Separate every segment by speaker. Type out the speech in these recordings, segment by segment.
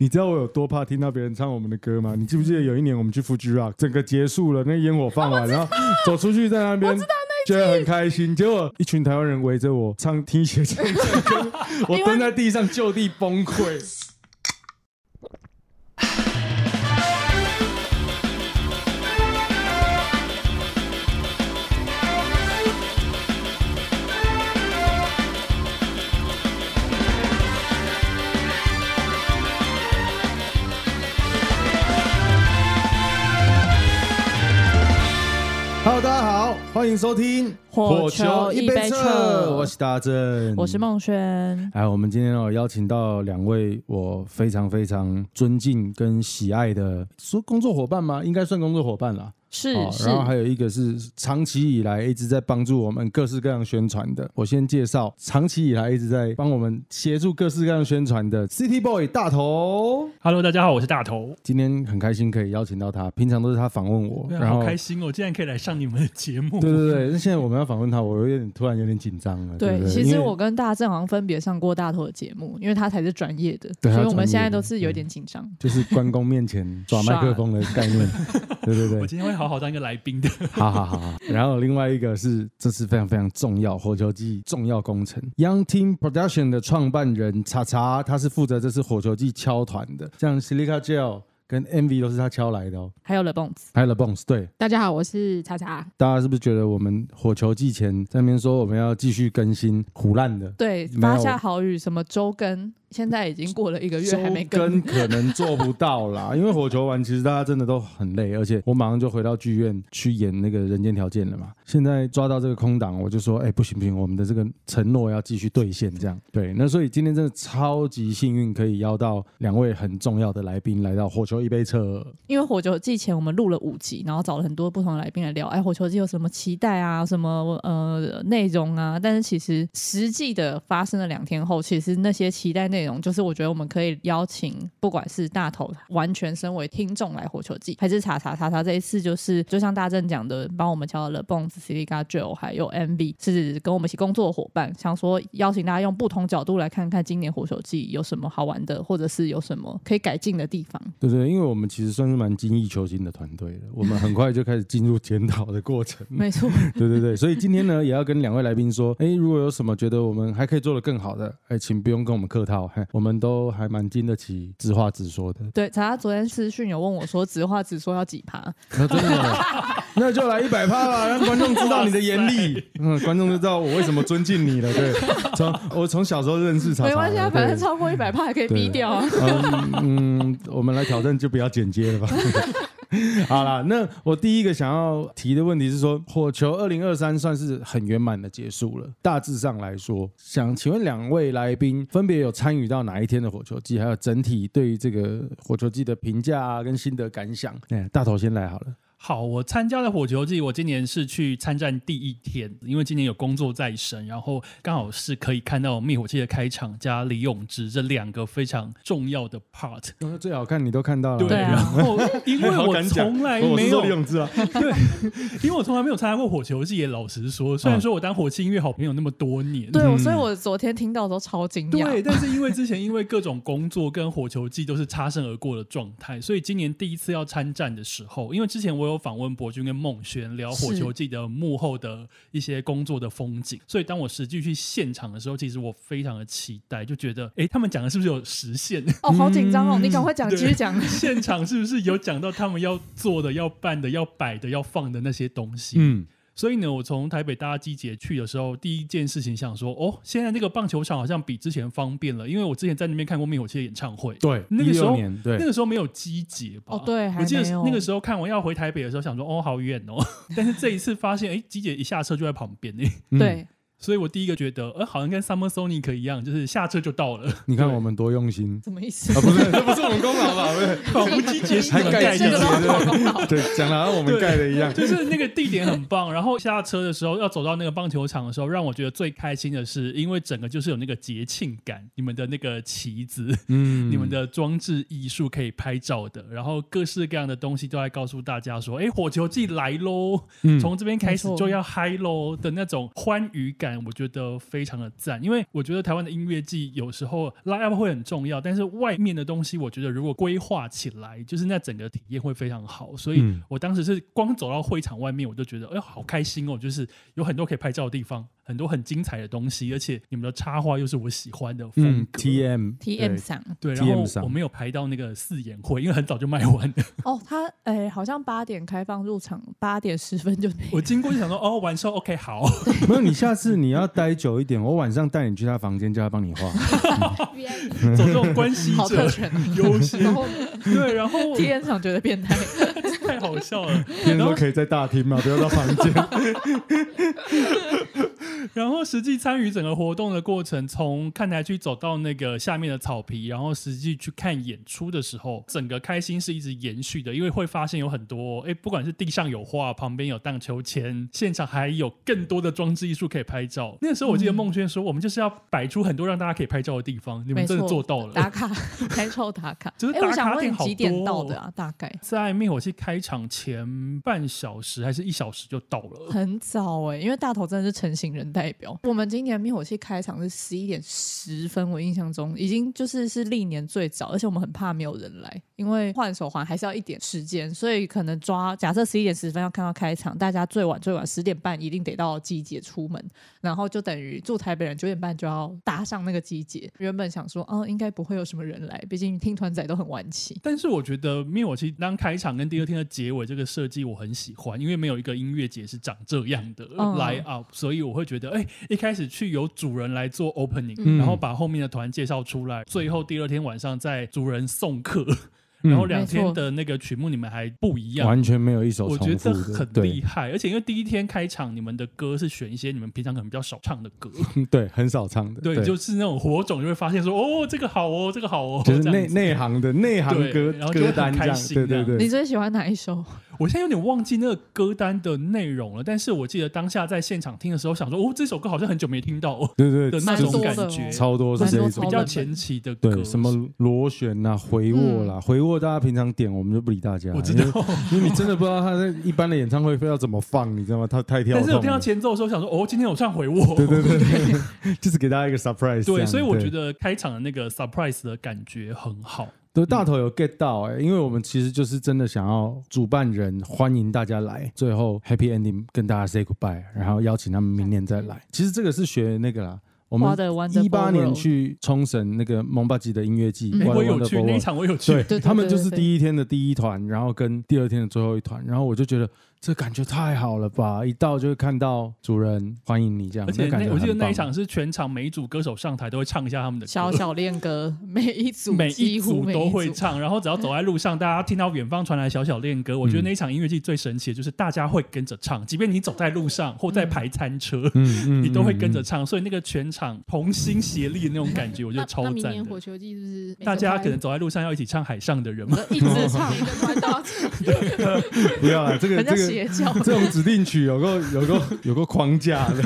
Speaker 1: 你知道我有多怕听到别人唱我们的歌吗？你记不记得有一年我们去 Fuji Rock，整个结束了，那烟火放完，然后走出去在那边，觉得很开心。结果一群台湾人围着我唱 T 恤这首歌，我蹲在地上就地崩溃。Hello，大家好，欢迎收听
Speaker 2: 火球一杯撤
Speaker 1: 我是大正，
Speaker 2: 我是。孟轩，
Speaker 1: 哎，我们今天哦邀请到两位我非常非常尊敬跟喜爱的，说工作伙伴吗？应该算工作伙伴啦。
Speaker 2: 是
Speaker 1: 哦，
Speaker 2: 是
Speaker 1: 然后还有一个是长期以来一直在帮助我们各式各样宣传的。我先介绍，长期以来一直在帮我们协助各式各样宣传的 City Boy 大头。
Speaker 3: Hello，大家好，我是大头，
Speaker 1: 今天很开心可以邀请到他，平常都是他访问我，
Speaker 3: 对啊
Speaker 1: 然后
Speaker 3: 好开心哦，哦竟然可以来上你们的节目。
Speaker 1: 对对对，那现在我们要访问他，我有点突然有点紧张了。对
Speaker 2: 对
Speaker 1: 不，对，
Speaker 2: 其
Speaker 1: 因为
Speaker 2: 实我跟大正好像分别上过大头的节目，因为他才是专业的，
Speaker 1: 对他
Speaker 2: 所以
Speaker 1: 专
Speaker 2: 我
Speaker 1: 业
Speaker 2: 们现在
Speaker 1: 的
Speaker 2: 都是有点紧张。
Speaker 1: 就是关公面前抓麦克风的概念。对对对
Speaker 3: 我，今天会好好当一个来宾的。
Speaker 1: 好好好好，然后另外一个是这次非常非常重要火球季重要工程，Young Team Production 的创办人查查，他是负责这次火球季敲团的，像 Silica Gel 跟 Envy 都是他敲来的哦，
Speaker 2: 还有了蹦子，
Speaker 1: 还有 The Bones。对，
Speaker 4: 大家好，我是查查。
Speaker 1: 大家是不是觉得我们火球季前在那边说我们要继续更新胡烂的？
Speaker 2: 对，
Speaker 1: 没有
Speaker 2: 发下好语，什么周更，现在已经过了一个月
Speaker 1: 周
Speaker 2: 还没
Speaker 1: 更，可能做不到啦，因为火球完其实大家真的都很累，而且我马上就回到剧院去演那个《人间条件》了嘛。现在抓到这个空档，我就说，哎、不行不行，我们的这个承诺要继续兑现，这样对。那所以今天真的超级幸运，可以邀到两位很重要的来宾来到火球一杯车。
Speaker 2: 因为火球季前我们录了五集，然后找了很多不同的来宾来聊，哎，火球季有什么期待啊，什么呃内容啊？但是其实实际的发生了两天后，其实那些期待内容，就是我觉得我们可以邀请，不管是大头完全身为听众来火球季，还是查查查查这一次就是就像大正讲的，帮我们敲了 Bones、Silica、Joe 还有 MV 是跟我们一起工作的伙伴，想说邀请大家用不同角度来看看今年火球季有什么好玩的，或者是有什么可以改进的地方。
Speaker 1: 对对，因为我们其实算是蛮精益求精的团队了，我们很快就开始进入检讨的过程。
Speaker 2: 没错。
Speaker 1: 对对对，所以今天呢，也要跟两位来宾说，哎，如果有什么觉得我们还可以做得更好的，哎，请不用跟我们客套，嘿我们都还蛮经得起直话直说 的。
Speaker 2: 对，查查昨天私讯有问我说，直话直说要几趴？
Speaker 1: 那真的， 那就来一百趴吧，让观众知道你的严厉， 嗯，观众就知道我为什么尊敬你了。对，从我从小时候认识曹操的，
Speaker 2: 没关系啊，反正
Speaker 1: 对
Speaker 2: 超过一百趴还可以逼掉啊。
Speaker 1: 嗯，嗯我们来挑战就比较简洁了 吧。好啦，那我第一个想要提的问题是说，火球二零二三算是很圆满的结束了。大致上来说，想请问两位来宾分别有参与到哪一天的火球季，还有整体对于这个火球季的评价啊，跟心得感想。哎，大头先来好了。
Speaker 3: 好，我参加了火球季，我今年是去参战第一天，因为今年有工作在身，然后刚好是可以看到灭火器的开场加李永芝这两个非常重要的 part。
Speaker 1: 嗯最好看你都看到了，
Speaker 2: 对啊
Speaker 3: 然后因 为啊我从来哎没有
Speaker 1: 永志啊，
Speaker 3: 因为我从来没有参加过火球季，也老实说，虽然说我当火器音乐好朋友那么多年，
Speaker 2: 对，
Speaker 1: 嗯
Speaker 2: 所以我昨天听到的时候超惊
Speaker 3: 对，
Speaker 2: 讶。
Speaker 3: 但是因为之前因为各种工作跟火球季都是擦身而过的状态，所以今年第一次要参战的时候，因为之前我有访问博君跟孟轩聊火球季的幕后的一些工作的风景，所以当我实际去现场的时候，其实我非常的期待，就觉得诶，他们讲的是不是有实现？
Speaker 2: 哦，好紧张哦！你赶快讲，
Speaker 3: 嗯对
Speaker 2: 继续 讲。
Speaker 3: 现场是不是有讲到他们要做的、要办的、要摆的、要放的那些东西？
Speaker 1: 嗯，
Speaker 3: 所以呢，我从台北搭机节去的时候，第一件事情想说，哦，现在那个棒球场好像比之前方便了，因为我之前在那边看过灭火器的演唱会，
Speaker 1: 对，
Speaker 3: 那个时候
Speaker 1: 16年
Speaker 3: 那
Speaker 1: 对，
Speaker 3: 个时候没有机节吧？
Speaker 2: 哦，。对，还
Speaker 3: 我记得
Speaker 2: 没有
Speaker 3: 那个时候看完要回台北的时候，想说哦好远 哦，但是这一次发现，哎、机姐一下车就在旁边哎，
Speaker 1: 嗯，
Speaker 2: 对，
Speaker 3: 所以我第一个觉得，呃，好像跟 Summer Sonic 一样，就是下车就到 了，
Speaker 1: 你看我们多用心
Speaker 2: 什么意思
Speaker 1: 啊，？不 是，这不是我们功劳吧？不是。
Speaker 3: 仿佛机姐是
Speaker 1: 还
Speaker 3: 你们
Speaker 1: 盖
Speaker 3: 盖
Speaker 1: 季节
Speaker 3: 的。
Speaker 1: 对， 对讲的好像我们盖的一 样。
Speaker 3: 就是那个地点很棒。然后下车的时候，要走到那个棒球场的时候，让我觉得最开心的是，因为整个就是有那个节庆感，你们的那个旗子。
Speaker 1: 嗯
Speaker 3: 你们的装置艺术可以拍照的，然后各式各样的东西都在告诉大家说：“哎，火球季来喽，
Speaker 1: 嗯
Speaker 3: 从这边开始
Speaker 2: 没错
Speaker 3: 就要嗨喽”的那种欢愉感，我觉得非常的赞。因为我觉得台湾的音乐季有时候 live up 会很重要，但是外面的东西，我觉得如果规划起来，就是那整个体验会非常好。所以
Speaker 1: 嗯
Speaker 3: 我当时是光走到会场外面，我就觉得哎、好开心哦，就是有很多可以拍照的地方，很多很精彩的东西，而且你们的插画又是我喜欢的风
Speaker 1: 嗯
Speaker 3: 格。
Speaker 1: ，TM
Speaker 2: T M 赏
Speaker 3: 对，然后
Speaker 1: TM 上
Speaker 3: 我没有排到那个四眼会，因为很早就卖完了。
Speaker 2: 哦，他哎、好像八点开放入场，八点十分就
Speaker 3: 我经过就想说，哦，完售，OK，好。
Speaker 1: 对没有，你下次你要待久一点，我晚上带你去他房间，叫他帮你画。
Speaker 3: 走这种关系
Speaker 2: 好特
Speaker 3: 者
Speaker 2: 权、 啊。
Speaker 3: 优先，
Speaker 2: 然 后
Speaker 3: 对，然后
Speaker 2: T M 赏觉得变态，
Speaker 3: 太好笑了。
Speaker 1: 别人说可以在大厅嘛，不要到房间。
Speaker 3: 然后实际参与整个活动的过程，从看台区走到那个下面的草皮，然后实际去看演出的时候，整个开心是一直延续的，因为会发现有很多，哎，不管是地上有画，旁边有荡秋千，现场还有更多的装置艺术可以拍照。那个时候我记得孟轩说，我们就是要摆出很多让大家可以拍照的地方，你们
Speaker 2: 没
Speaker 3: 真的
Speaker 2: 错
Speaker 3: 做到了。
Speaker 2: 打卡拍照打卡。
Speaker 3: 就是
Speaker 2: 哎、
Speaker 3: 打
Speaker 2: 我
Speaker 3: 卡
Speaker 2: 想问
Speaker 3: 点
Speaker 2: 你
Speaker 3: 好
Speaker 2: 几点
Speaker 3: 多
Speaker 2: 到
Speaker 3: 哦
Speaker 2: 的啊？大概
Speaker 3: 在灭火器开场前半小时还是一小时就到了，
Speaker 2: 很早哎、因为大头真的是成型人代表。我们今年灭火器开场是十一点十分，我印象中已经就是是历年最早，而且我们很怕没有人来，因为换手环还是要一点时间，所以可能抓假设十一点十分要看到开场，大家最晚最晚十点半一定得到集结出门，然后就等于住台北人九点半就要搭上那个集结。原本想说哦，应该不会有什么人来，毕竟听团仔都很晚起。
Speaker 3: 但是我觉得灭火器当开场跟第二天的结尾这个设计我很喜欢，因为没有一个音乐节是长这样的
Speaker 1: 哦
Speaker 2: 嗯
Speaker 3: line up，、所以我会觉得，哎、一开始去由主人来做 opening，、
Speaker 1: 嗯
Speaker 3: 然后把后面的团介绍出来，最后第二天晚上再主人送客，
Speaker 1: 嗯
Speaker 3: 然后两
Speaker 2: 没
Speaker 3: 天
Speaker 2: 错
Speaker 3: 的那个曲目你们还不一样。
Speaker 1: 完全没有一首
Speaker 3: 我觉
Speaker 1: 重复
Speaker 3: 得
Speaker 1: 的，
Speaker 3: 很厉
Speaker 1: 对
Speaker 3: 害，而且因为第一天开场，你们的歌是选一些你们平常可能比较少唱的 歌，
Speaker 1: 对，很少唱的，
Speaker 3: 对，就是那种火种就会发现说，哦，这个好哦，这个好哦，
Speaker 1: 就是
Speaker 3: 这样
Speaker 1: 内
Speaker 3: 子
Speaker 1: 内行的内行
Speaker 3: 对
Speaker 1: 歌
Speaker 3: 然后就
Speaker 1: 歌
Speaker 3: 会很
Speaker 1: 单这
Speaker 3: 开
Speaker 1: 样，
Speaker 3: 心
Speaker 1: 对
Speaker 3: 这
Speaker 1: 对
Speaker 3: 样
Speaker 2: 你
Speaker 1: 对，
Speaker 2: 最喜欢哪一首？
Speaker 3: 我现在有点忘记那个歌单的内容了，但是我记得当下在现场听的时候，想说哦，这首歌好像很久没听到哦
Speaker 1: 对对
Speaker 3: 的
Speaker 1: 对，
Speaker 3: 那
Speaker 2: 蛮
Speaker 3: 种
Speaker 2: 多
Speaker 3: 感
Speaker 2: 的哦
Speaker 3: 觉，
Speaker 1: 超多是
Speaker 2: 蛮
Speaker 1: 这
Speaker 2: 多
Speaker 1: 一
Speaker 2: 超
Speaker 1: 种
Speaker 3: 比
Speaker 2: 冷门
Speaker 3: 较前期的歌，
Speaker 1: 对，什么螺旋呐、回握啦，回握大家平常点，我们就不理大家，
Speaker 3: 我知道
Speaker 1: 因为，因为你真的不知道他在一般的演唱会要怎么放，你知道吗？他太跳
Speaker 3: 但
Speaker 1: 动
Speaker 3: 是
Speaker 1: 了，
Speaker 3: 我听到前奏的时候想说哦，今天有唱回我，
Speaker 1: 对对对 对，就是给大家一个 surprise 这样。
Speaker 3: 对，所以我
Speaker 1: 对
Speaker 3: 觉得开场的那个 surprise 的感觉很好，
Speaker 1: 对，大头有 get 到哎、因为我们其实就是真的想要主办人欢迎大家来，最后 happy ending 跟大家 say goodbye，然后邀请他们明年再来。其实这个是学那个啦，我们
Speaker 2: What a Wonderful
Speaker 1: 一八年
Speaker 2: World
Speaker 1: 去冲绳那个蒙巴吉的音乐季，
Speaker 2: 嗯
Speaker 3: 哎
Speaker 1: What a
Speaker 3: 我有
Speaker 1: Wonderful
Speaker 3: 去那一
Speaker 1: World
Speaker 3: 场，我有去
Speaker 1: 对，
Speaker 2: 对对
Speaker 1: 他们就
Speaker 2: 对
Speaker 1: 是
Speaker 2: 对
Speaker 1: 第一天的第一团，然后跟第二天的最后一团，然后我就觉得这感觉太好了吧！一到就会看到主人欢迎你这样，
Speaker 3: 而且
Speaker 1: 感
Speaker 3: 那
Speaker 1: 觉
Speaker 3: 我记得
Speaker 1: 很
Speaker 3: 那一
Speaker 1: 棒
Speaker 3: 场是全场每一组歌手上台都会唱一下他们的歌
Speaker 2: 小小恋 歌，每一组
Speaker 3: 每一
Speaker 2: 几乎
Speaker 3: 组
Speaker 2: 每
Speaker 3: 都会
Speaker 2: 组
Speaker 3: 唱，然后只要走在路上，大家听到远方传来小小恋歌，我觉得
Speaker 1: 嗯
Speaker 3: 那一场音乐季最神奇的就是大家会跟着唱，即便你走在路上或在排餐车，
Speaker 1: 嗯
Speaker 3: 你都会跟着唱，所以那个全场同心协力的那种感觉，我觉
Speaker 4: 那
Speaker 3: 得超
Speaker 4: 那明
Speaker 3: 赞
Speaker 4: 年火
Speaker 3: 的。
Speaker 4: 球季是不是每
Speaker 3: 大
Speaker 4: 个
Speaker 3: 家
Speaker 4: 团
Speaker 3: 可能走在路上要一起唱《海上的人》嘛，
Speaker 2: 一直唱，
Speaker 4: 每个团都要唱
Speaker 1: 不要了，这 个
Speaker 2: 人家
Speaker 1: 这个
Speaker 2: 邪教。
Speaker 1: 这种指定曲有个有个有个框架 的。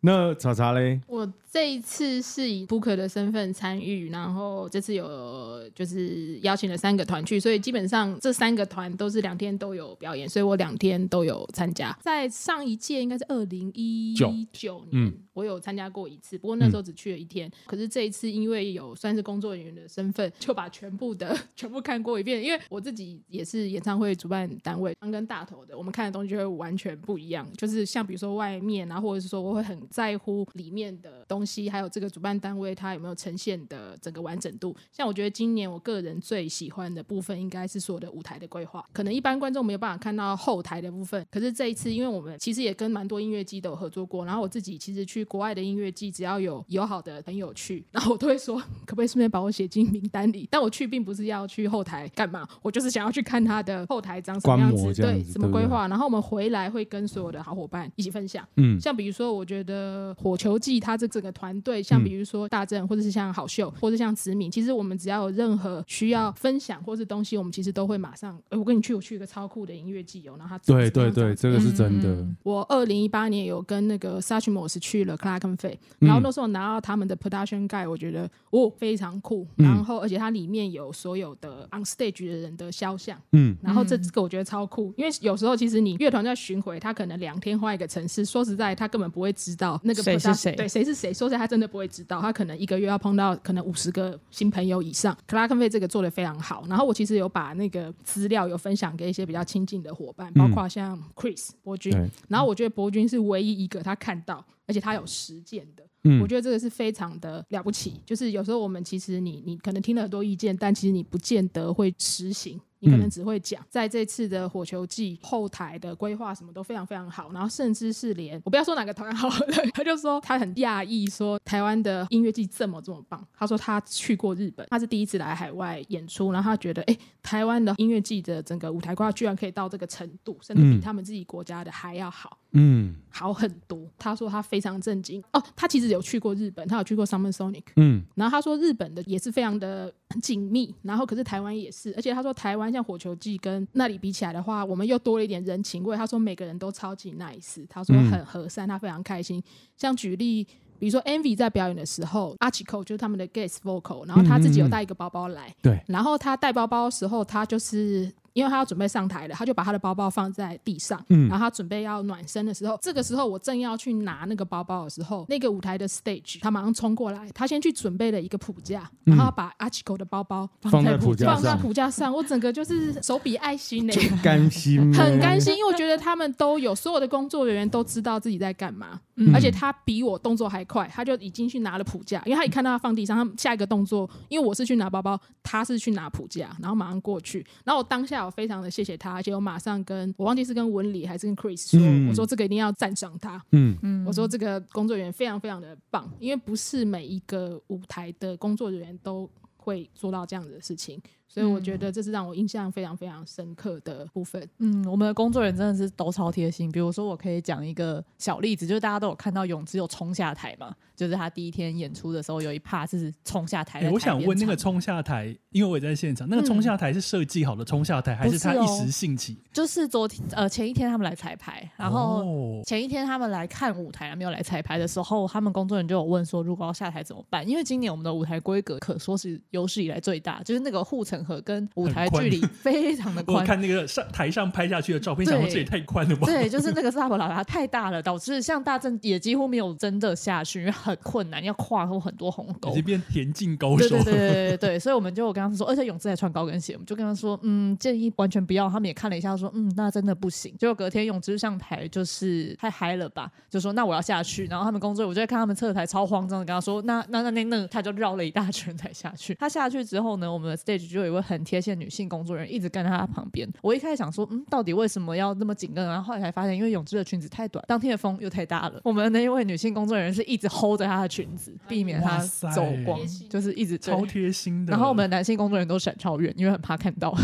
Speaker 1: 那查查嘞，
Speaker 4: 我这一次是以 booker 的身份参与，然后这次有就是邀请了三个团去，所以基本上这三个团都是两天都有表演，所以我两天都有参加。在上一届应该是二零一九年，
Speaker 1: 嗯
Speaker 4: 我有参加过一次，不过那时候只去了一天。可是这一次因为有算是工作人员的身份，就把全部的 全部看过一遍，因为我自己也是演唱会主办单位，跟大头的，我们看的东西就会完全不一样。就是像比如说外面啊，或者是说我会很在乎里面的东西，还有这个主办单位它有没有呈现的整个完整度。像我觉得今年我个人最喜欢的部分，应该是所有的舞台的规划。可能一般观众没有办法看到后台的部分，可是这一次，因为我们其实也跟蛮多音乐季都有合作过，然后我自己其实去国外的音乐季，只要有友好的朋友去，然后我都会说，可不可以顺便把我写进名单里？但我去并不是要去后台干嘛，我就是想要去看他的后台长什么
Speaker 1: 观
Speaker 4: 样
Speaker 1: 摩
Speaker 4: 子，
Speaker 1: 这样
Speaker 4: 对，
Speaker 1: 子
Speaker 4: 怎么
Speaker 1: 对不
Speaker 4: 规
Speaker 1: 对
Speaker 4: 划。然后我们回来会跟所有的好伙伴一起分享。
Speaker 1: 嗯，
Speaker 4: 像比如说，我觉得得火球季它这整个团队，像
Speaker 1: 嗯
Speaker 4: 比如说大正，或者是像好秀，或者像子敏，其实我们只要有任何需要分享或是东西，我们其实都会马上，哎，我跟你去，我去一个超酷的音乐季哦，然后他
Speaker 1: 对对对，这个是真的。
Speaker 2: 嗯
Speaker 4: 我二零一八年有跟那个 Sachmos 去了 Clark and Fay，然后那时候拿到他们的 production guide，我觉得哦非常酷，
Speaker 1: 嗯
Speaker 4: 然后而且它里面有所有的 on stage 的人的肖像，
Speaker 1: 嗯，
Speaker 4: 然后这
Speaker 2: 嗯
Speaker 4: 个我觉得超酷，因为有时候其实你乐团在巡回，他可能两天换一个城市，说实在他根本不会知道那个
Speaker 2: 谁是
Speaker 4: production-
Speaker 2: 谁
Speaker 4: 对谁是谁，说实在他真的不会知道，他可能一个月要碰到可能五十个新朋友以上。Clark and Fay 这个做的非常好，然后我其实有把那个资料有分享给一些比较亲近的伙伴，包括像 Chris 博君，
Speaker 1: 对，
Speaker 4: 然后我觉得博君是唯一一个他看到，而且他有实践的。
Speaker 1: 嗯
Speaker 4: 我觉得这个是非常的了不起。就是有时候我们其实你你可能听了很多意见，但其实你不见得会实行。你可
Speaker 1: 嗯
Speaker 4: 能只会讲，在这次的火球季后台的规划什么都非常非常好，然后甚至是连我不要说哪个团好了，他就说他很讶异，说台湾的音乐季这么这么棒。他说他去过日本，他是第一次来海外演出，然后他觉得哎、诶台湾的音乐季的整个舞台规划居然可以到这个程度，甚至比
Speaker 1: 嗯
Speaker 4: 他们自己国家的还要好。
Speaker 1: 嗯
Speaker 4: 好很多。他说他非常震惊哦，他其实有去过日本，他有去过 Summer Sonic，
Speaker 1: 嗯
Speaker 4: 然后他说日本的也是非常的紧密，然后可是台湾也是，而且他说台湾像火球季跟那里比起来的话，我们又多了一点人情味。他说每个人都超级 nice，他说
Speaker 1: 嗯
Speaker 4: 很和善，他非常开心。像举例。比如说，Envy 在表演的时候，阿奇寇就是他们的 guest vocal，然后他自己有带一个包包来，
Speaker 1: 对，
Speaker 4: 然后他带包包的时候，他就是因为他要准备上台了，他就把他的包包放在地上，
Speaker 1: 嗯
Speaker 4: 然后他准备要暖身的时候，这个时候我正要去拿那个包包的时候，那个舞台的 stage 他马上冲过来，他先去准备了一个谱架，然后他把阿奇狗的包包
Speaker 1: 嗯放在
Speaker 4: 在
Speaker 1: 谱架
Speaker 4: 放在
Speaker 1: 上
Speaker 4: 谱架上，我整个就是手比爱心呢、
Speaker 1: 甘心，
Speaker 4: 很甘。心，因为我觉得他们都有，所有的工作人员都知道自己在干嘛，嗯、而且他比我动作还快，他就已经去拿了谱架，因为他一看到他放地上，他下一个动作，因为我是去拿包包，他是去拿谱架，然后马上过去，然后我当下我非常的谢谢他，而且我马上跟我忘记是跟文理还是跟 Chris 说，
Speaker 1: 嗯
Speaker 4: 我说这个一定要赞赏他，
Speaker 1: 嗯
Speaker 2: 嗯
Speaker 4: 我说这个工作人员非常非常的棒，因为不是每一个舞台的工作人员都会做到这样子的事情，所以我觉得这是让我印象非常非常深刻的部分。
Speaker 2: 嗯，我们的工作人员真的是都超贴心。比如说，我可以讲一个小例子，就是大家都有看到泳池有冲下台嘛，就是他第一天演出的时候有一趴是冲下台、
Speaker 3: 哎，我想问那个，冲下台，因为我也在现场，那个冲下台是设计好的冲下台，还
Speaker 2: 嗯不
Speaker 3: 是
Speaker 2: 是
Speaker 3: 他一
Speaker 2: 哦
Speaker 3: 时兴起？
Speaker 2: 就是昨天呃前一天他们来彩排，然后
Speaker 3: 哦
Speaker 2: 前一天他们来看舞台，没有来彩排的时候，他们工作人员就有问说，如果要下台怎么办？因为今年我们的舞台规格可说是有史以来最大，就是那个护城河跟舞台
Speaker 3: 很宽
Speaker 2: 距离非常的
Speaker 3: 我
Speaker 2: 宽。
Speaker 3: 看那个上台上拍下去的照片，
Speaker 2: 对
Speaker 3: 想说这也太宽了吧？
Speaker 2: 对，就是那个萨博拉拉太大了，导致像大正也几乎没有真的下去，因为很困难，要跨过很多鸿沟
Speaker 3: 已经。变田径高
Speaker 2: 对
Speaker 3: 手
Speaker 2: 对对对
Speaker 3: 了。
Speaker 2: 对对，所以我们就跟他们说，而且泳姿还穿高跟鞋，我们就跟他说，嗯，建议完全不要。他们也看了一下，说，嗯，那真的不行。结果隔天泳姿上台就是太嗨了吧，就说那我要下去。然后他们工作，我就在看他们侧台超慌张的跟他说，那那那那那，他就绕了一大圈才下去。他下去之后呢，我们的 stage 就有一位很贴心的女性工作人员一直跟在他旁边。我一开始想说，嗯，到底为什么要那么紧跟？然后后来才发现，因为泳姿的裙子太短，当天的风又太大了。我们的那一位女性工作人员是一直 hold 着她的裙子，避免她
Speaker 3: 哇塞
Speaker 2: 走光，就是一直对
Speaker 3: 超贴心的，
Speaker 2: 然后我们男性工作人员都闪超远，因为很怕看 到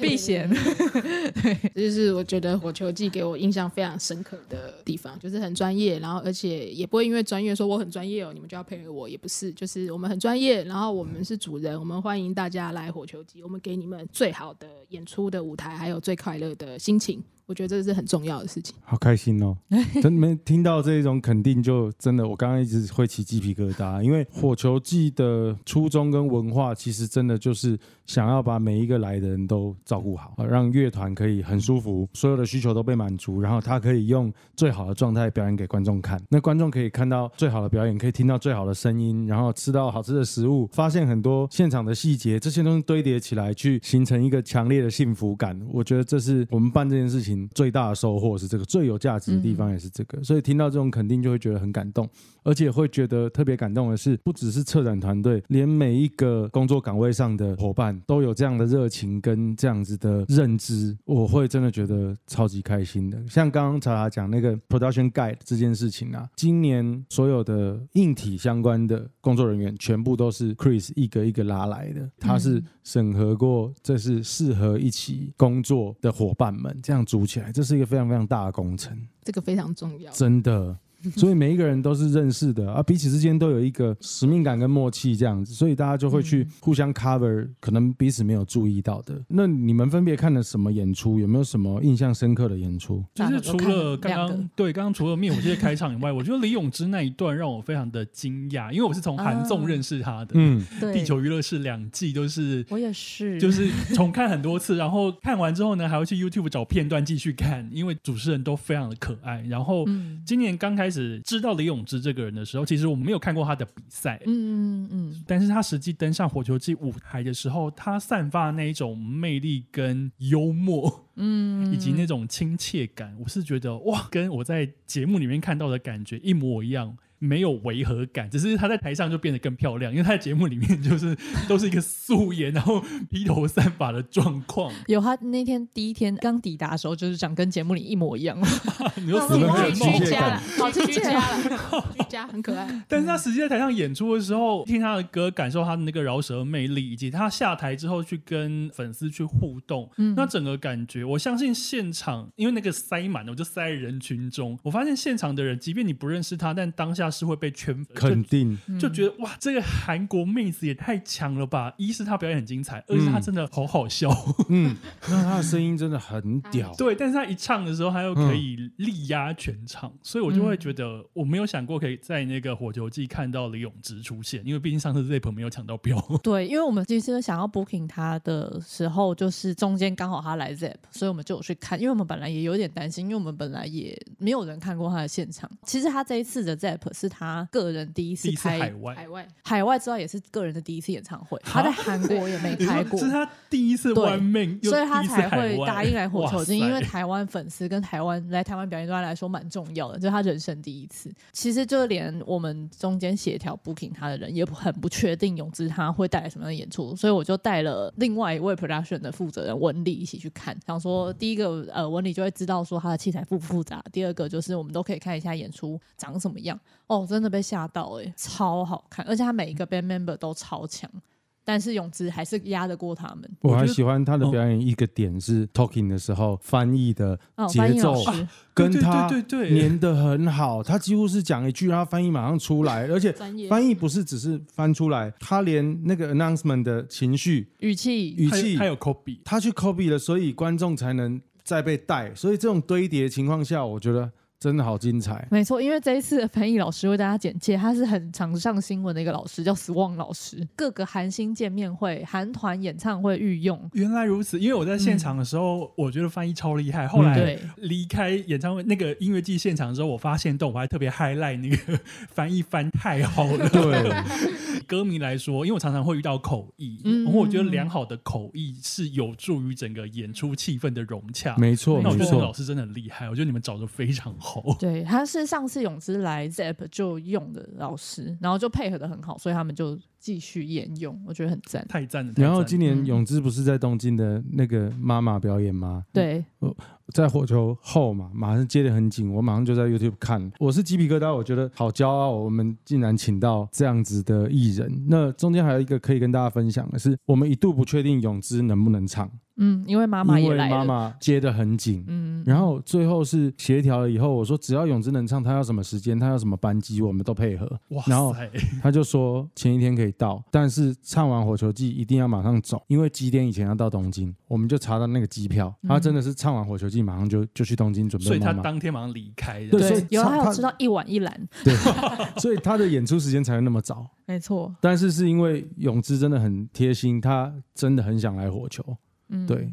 Speaker 2: 避嫌。
Speaker 4: 这就是我觉得火球季给我印象非常深刻的地方，就是很专业，然后而且也不会因为专业说我很专业哦，你们就要配合我，也不是，就是我们很专业，然后我们是主人，我们欢迎大家来火球季，我们给你们最好的演出的舞台，还有最快乐的心情，我觉得这是很重要的事情。
Speaker 1: 好开心哦！真没听到这种肯定，就真的我刚刚一直会起鸡皮疙瘩，因为火球季的初衷跟文化，其实真的就是想要把每一个来的人都照顾好，呃让乐团可以很舒服，所有的需求都被满足，然后他可以用最好的状态表演给观众看。那观众可以看到最好的表演，可以听到最好的声音，然后吃到好吃的食物，发现很多现场的细节，这些东西堆叠起来，去形成一个强烈的幸福感。我觉得这是我们办这件事情最大的收获，是这个最有价值的地方，也是这个。所以听到这种肯定，就会觉得很感动。而且会觉得特别感动的是，不只是策展团队，连每一个工作岗位上的伙伴都有这样的热情跟这样子的认知，我会真的觉得超级开心的。像刚刚查查讲那个 production guide 这件事情啊，今年所有的硬体相关的工作人员全部都是 Chris 一个一个拉来的，他是审核过这是适合一起工作的伙伴们，这样组起来，这是一个非常非常大的工程，
Speaker 4: 这个非常重要。
Speaker 1: 真的。所以每一个人都是认识的，啊，彼此之间都有一个使命感跟默契这样子，所以大家就会去互相 cover 可能彼此没有注意到的。那你们分别看了什么演出？有没有什么印象深刻的演出？
Speaker 3: 就是除了刚
Speaker 2: 两个
Speaker 3: 刚对刚刚除了灭火器的开场以外， 我觉得李永芝那一段让我非常的惊讶，因为我是从韩
Speaker 2: 啊
Speaker 3: 综认识他的，
Speaker 1: 嗯，
Speaker 2: 对，
Speaker 3: 地球娱乐是两季都是
Speaker 2: 我也是，
Speaker 3: 就是重看很多次，然后看完之后呢，还会去 YouTube 找片段继续看，因为主持人都非常的可爱。然后
Speaker 2: 嗯
Speaker 3: 今年刚开始知道李永芝这个人的时候，其实我们没有看过他的比赛。
Speaker 2: 嗯嗯嗯
Speaker 3: 但是他实际登上火球季舞台的时候，他散发那一种魅力跟幽默，
Speaker 2: 嗯，
Speaker 3: 以及那种亲切感，我是觉得哇，跟我在节目里面看到的感觉一模一样，没有违和感，只是她在台上就变得更漂亮，因为她在节目里面 就是都是一个素颜，然后披头散发的状况。
Speaker 2: 有他那天第一天刚抵达的时候，就是长跟节目里一模一 样，
Speaker 3: 你说死
Speaker 1: 我
Speaker 3: 人
Speaker 1: 们
Speaker 4: 好
Speaker 1: 还有
Speaker 3: 的
Speaker 4: 去
Speaker 1: 机
Speaker 3: 梦
Speaker 4: 居
Speaker 1: 械
Speaker 4: 家了
Speaker 1: 感，
Speaker 4: 好去哦居家了，居家很可爱。
Speaker 3: 但是他实际在台上演出的时候，听他的歌，感受他的那个饶舌魅力，以及他下台之后去跟粉丝去互动，
Speaker 2: 嗯
Speaker 3: 那整个感觉，我相信现场，因为那个塞满了，我就塞在人群中，我发现现场的人，即便你不认识他，但当下是会被圈粉，
Speaker 1: 肯定，
Speaker 2: 嗯
Speaker 3: 就就觉得哇，这个韩国妹子也太强了吧！一是她表演很精彩，二是她真的好 好笑，
Speaker 1: 嗯，那他的声音真的很屌，
Speaker 3: 对，但是她一唱的时候，她又
Speaker 2: 嗯
Speaker 3: 可以力压全场，所以我就会觉得我没有想过可以在那个火球季看到李永植出现，因为毕竟上次 Zip 没有抢到票。
Speaker 2: 对，因为我们其实想要 booking 他的时候，就是中间刚好他来 Zep，所以我们就有去看。因为我们本来也有点担心，因为我们本来也没有人看过他的现场。其实他这一次的 Zep 是他个人第一次
Speaker 3: 第一次
Speaker 2: 开
Speaker 3: 海外
Speaker 4: 海外
Speaker 2: 海外之外，也是个人的第一次演唱会。他
Speaker 3: 哈
Speaker 2: 在韩国也没
Speaker 3: 你说
Speaker 2: 开过
Speaker 3: 这。是她第一次
Speaker 2: 对
Speaker 3: one man，又
Speaker 2: 所以他
Speaker 3: 第一次
Speaker 2: 才
Speaker 3: 海
Speaker 2: 会
Speaker 3: 外
Speaker 2: 答应来火球
Speaker 3: 哇
Speaker 2: 金，
Speaker 3: 塞
Speaker 2: 因为台湾粉丝跟台湾来台湾表演对他来说蛮重要的，就是他人生第一次。其实就连我们中间协调 booking 他的人也很不确定永之他会带来什么样的演出，所以我就带了另外一位 production 的负责人文理一起去看，想
Speaker 3: 嗯
Speaker 2: 说第一个呃文理就会知道说他的器材复不复杂，第二个就是我们都可以看一下演出长什么样。哦，真的被吓到哎、超好看，而且他每一个 band member 都超强。但是永之还是压得过他们，
Speaker 1: 我哦还
Speaker 3: 我觉得
Speaker 1: 喜欢他的表演一个点是 talking 的时候翻译的
Speaker 2: 哦，
Speaker 1: 节
Speaker 2: 翻译
Speaker 1: 奏
Speaker 2: 老师，
Speaker 1: 跟他
Speaker 3: 对对对对
Speaker 1: 粘的很好，他几乎是讲一句，他翻译马上出来，而且
Speaker 4: 专业
Speaker 1: 翻译不是只是翻出来，他连那个 announcement 的情绪
Speaker 2: 语气，
Speaker 1: 语
Speaker 3: 她有
Speaker 1: 气
Speaker 3: 她，有 copy，
Speaker 1: 他去 copy 了，所以观众才能再被带，所以这种堆叠情况下，我觉得真的好精彩。
Speaker 2: 没错，因为这一次的翻译老师为大家简介，他是很常上新闻的一个老师，叫 Swan 老师，各个韩星见面会、韩团演唱会御用。
Speaker 3: 原来如此，因为我在现场的时候，我觉得翻译超厉害。后
Speaker 1: 哎
Speaker 3: 来
Speaker 2: 对
Speaker 3: 离开演唱会那个音乐季现场之后，我发现动，我还特别 highlight 那个 翻译翻太好了。
Speaker 1: 对，
Speaker 3: 歌迷来说，因为我常常会遇到口译，
Speaker 2: 嗯
Speaker 3: 然后我觉得良好的口译是有助于整个演出气氛的融洽。
Speaker 1: 没错
Speaker 3: 那我
Speaker 1: 没
Speaker 3: 觉得那个老
Speaker 1: 错，
Speaker 3: 师真的很厉害，我觉得你们找的非常好。
Speaker 2: 对，他是上次泳之来 Zep 就用的老师，然后就配合的很好，所以他们就继续沿用，我觉得很赞。
Speaker 1: 嗯
Speaker 3: 太赞了！
Speaker 1: 然后
Speaker 3: 太
Speaker 1: 今
Speaker 3: 赞了
Speaker 1: 年泳姿不是在东京的那个妈妈表演吗？
Speaker 2: 对，
Speaker 1: 在火球后嘛，马上接得很紧，我马上就在 YouTube 看，我是鸡皮疙瘩，我觉得好骄傲，我们竟然请到这样子的艺人。那中间还有一个可以跟大家分享的是，我们一度不确定泳姿能不能唱，
Speaker 2: 嗯，因为妈妈
Speaker 1: 因
Speaker 2: 也
Speaker 1: 为
Speaker 2: 来了，
Speaker 1: 妈妈接得很紧。
Speaker 2: 嗯，
Speaker 1: 然后最后是协调了以后，我说只要泳姿能唱，他要什么时间，他要什么班机，我们都配合。
Speaker 3: 哇
Speaker 1: 然后
Speaker 3: 塞，
Speaker 1: 他就说前一天可以到，但是唱完火球季一定要马上走，因为几点以前要到东京。我们就查到那个机票，
Speaker 2: 嗯
Speaker 1: 他真的是唱完火球季马上就就去东京准备
Speaker 3: 所以
Speaker 1: 妈
Speaker 3: 他
Speaker 1: 妈。
Speaker 3: 当天马上离开的。
Speaker 1: 对所以
Speaker 2: 对，有
Speaker 1: 他
Speaker 2: 还
Speaker 1: 他
Speaker 2: 有吃到一碗一篮，
Speaker 1: 对，所以他的演出时间才会那么早。
Speaker 2: 没错，
Speaker 1: 但是是因为泳姿真的很贴心，他真的很想来火球，
Speaker 2: 嗯，
Speaker 1: 对。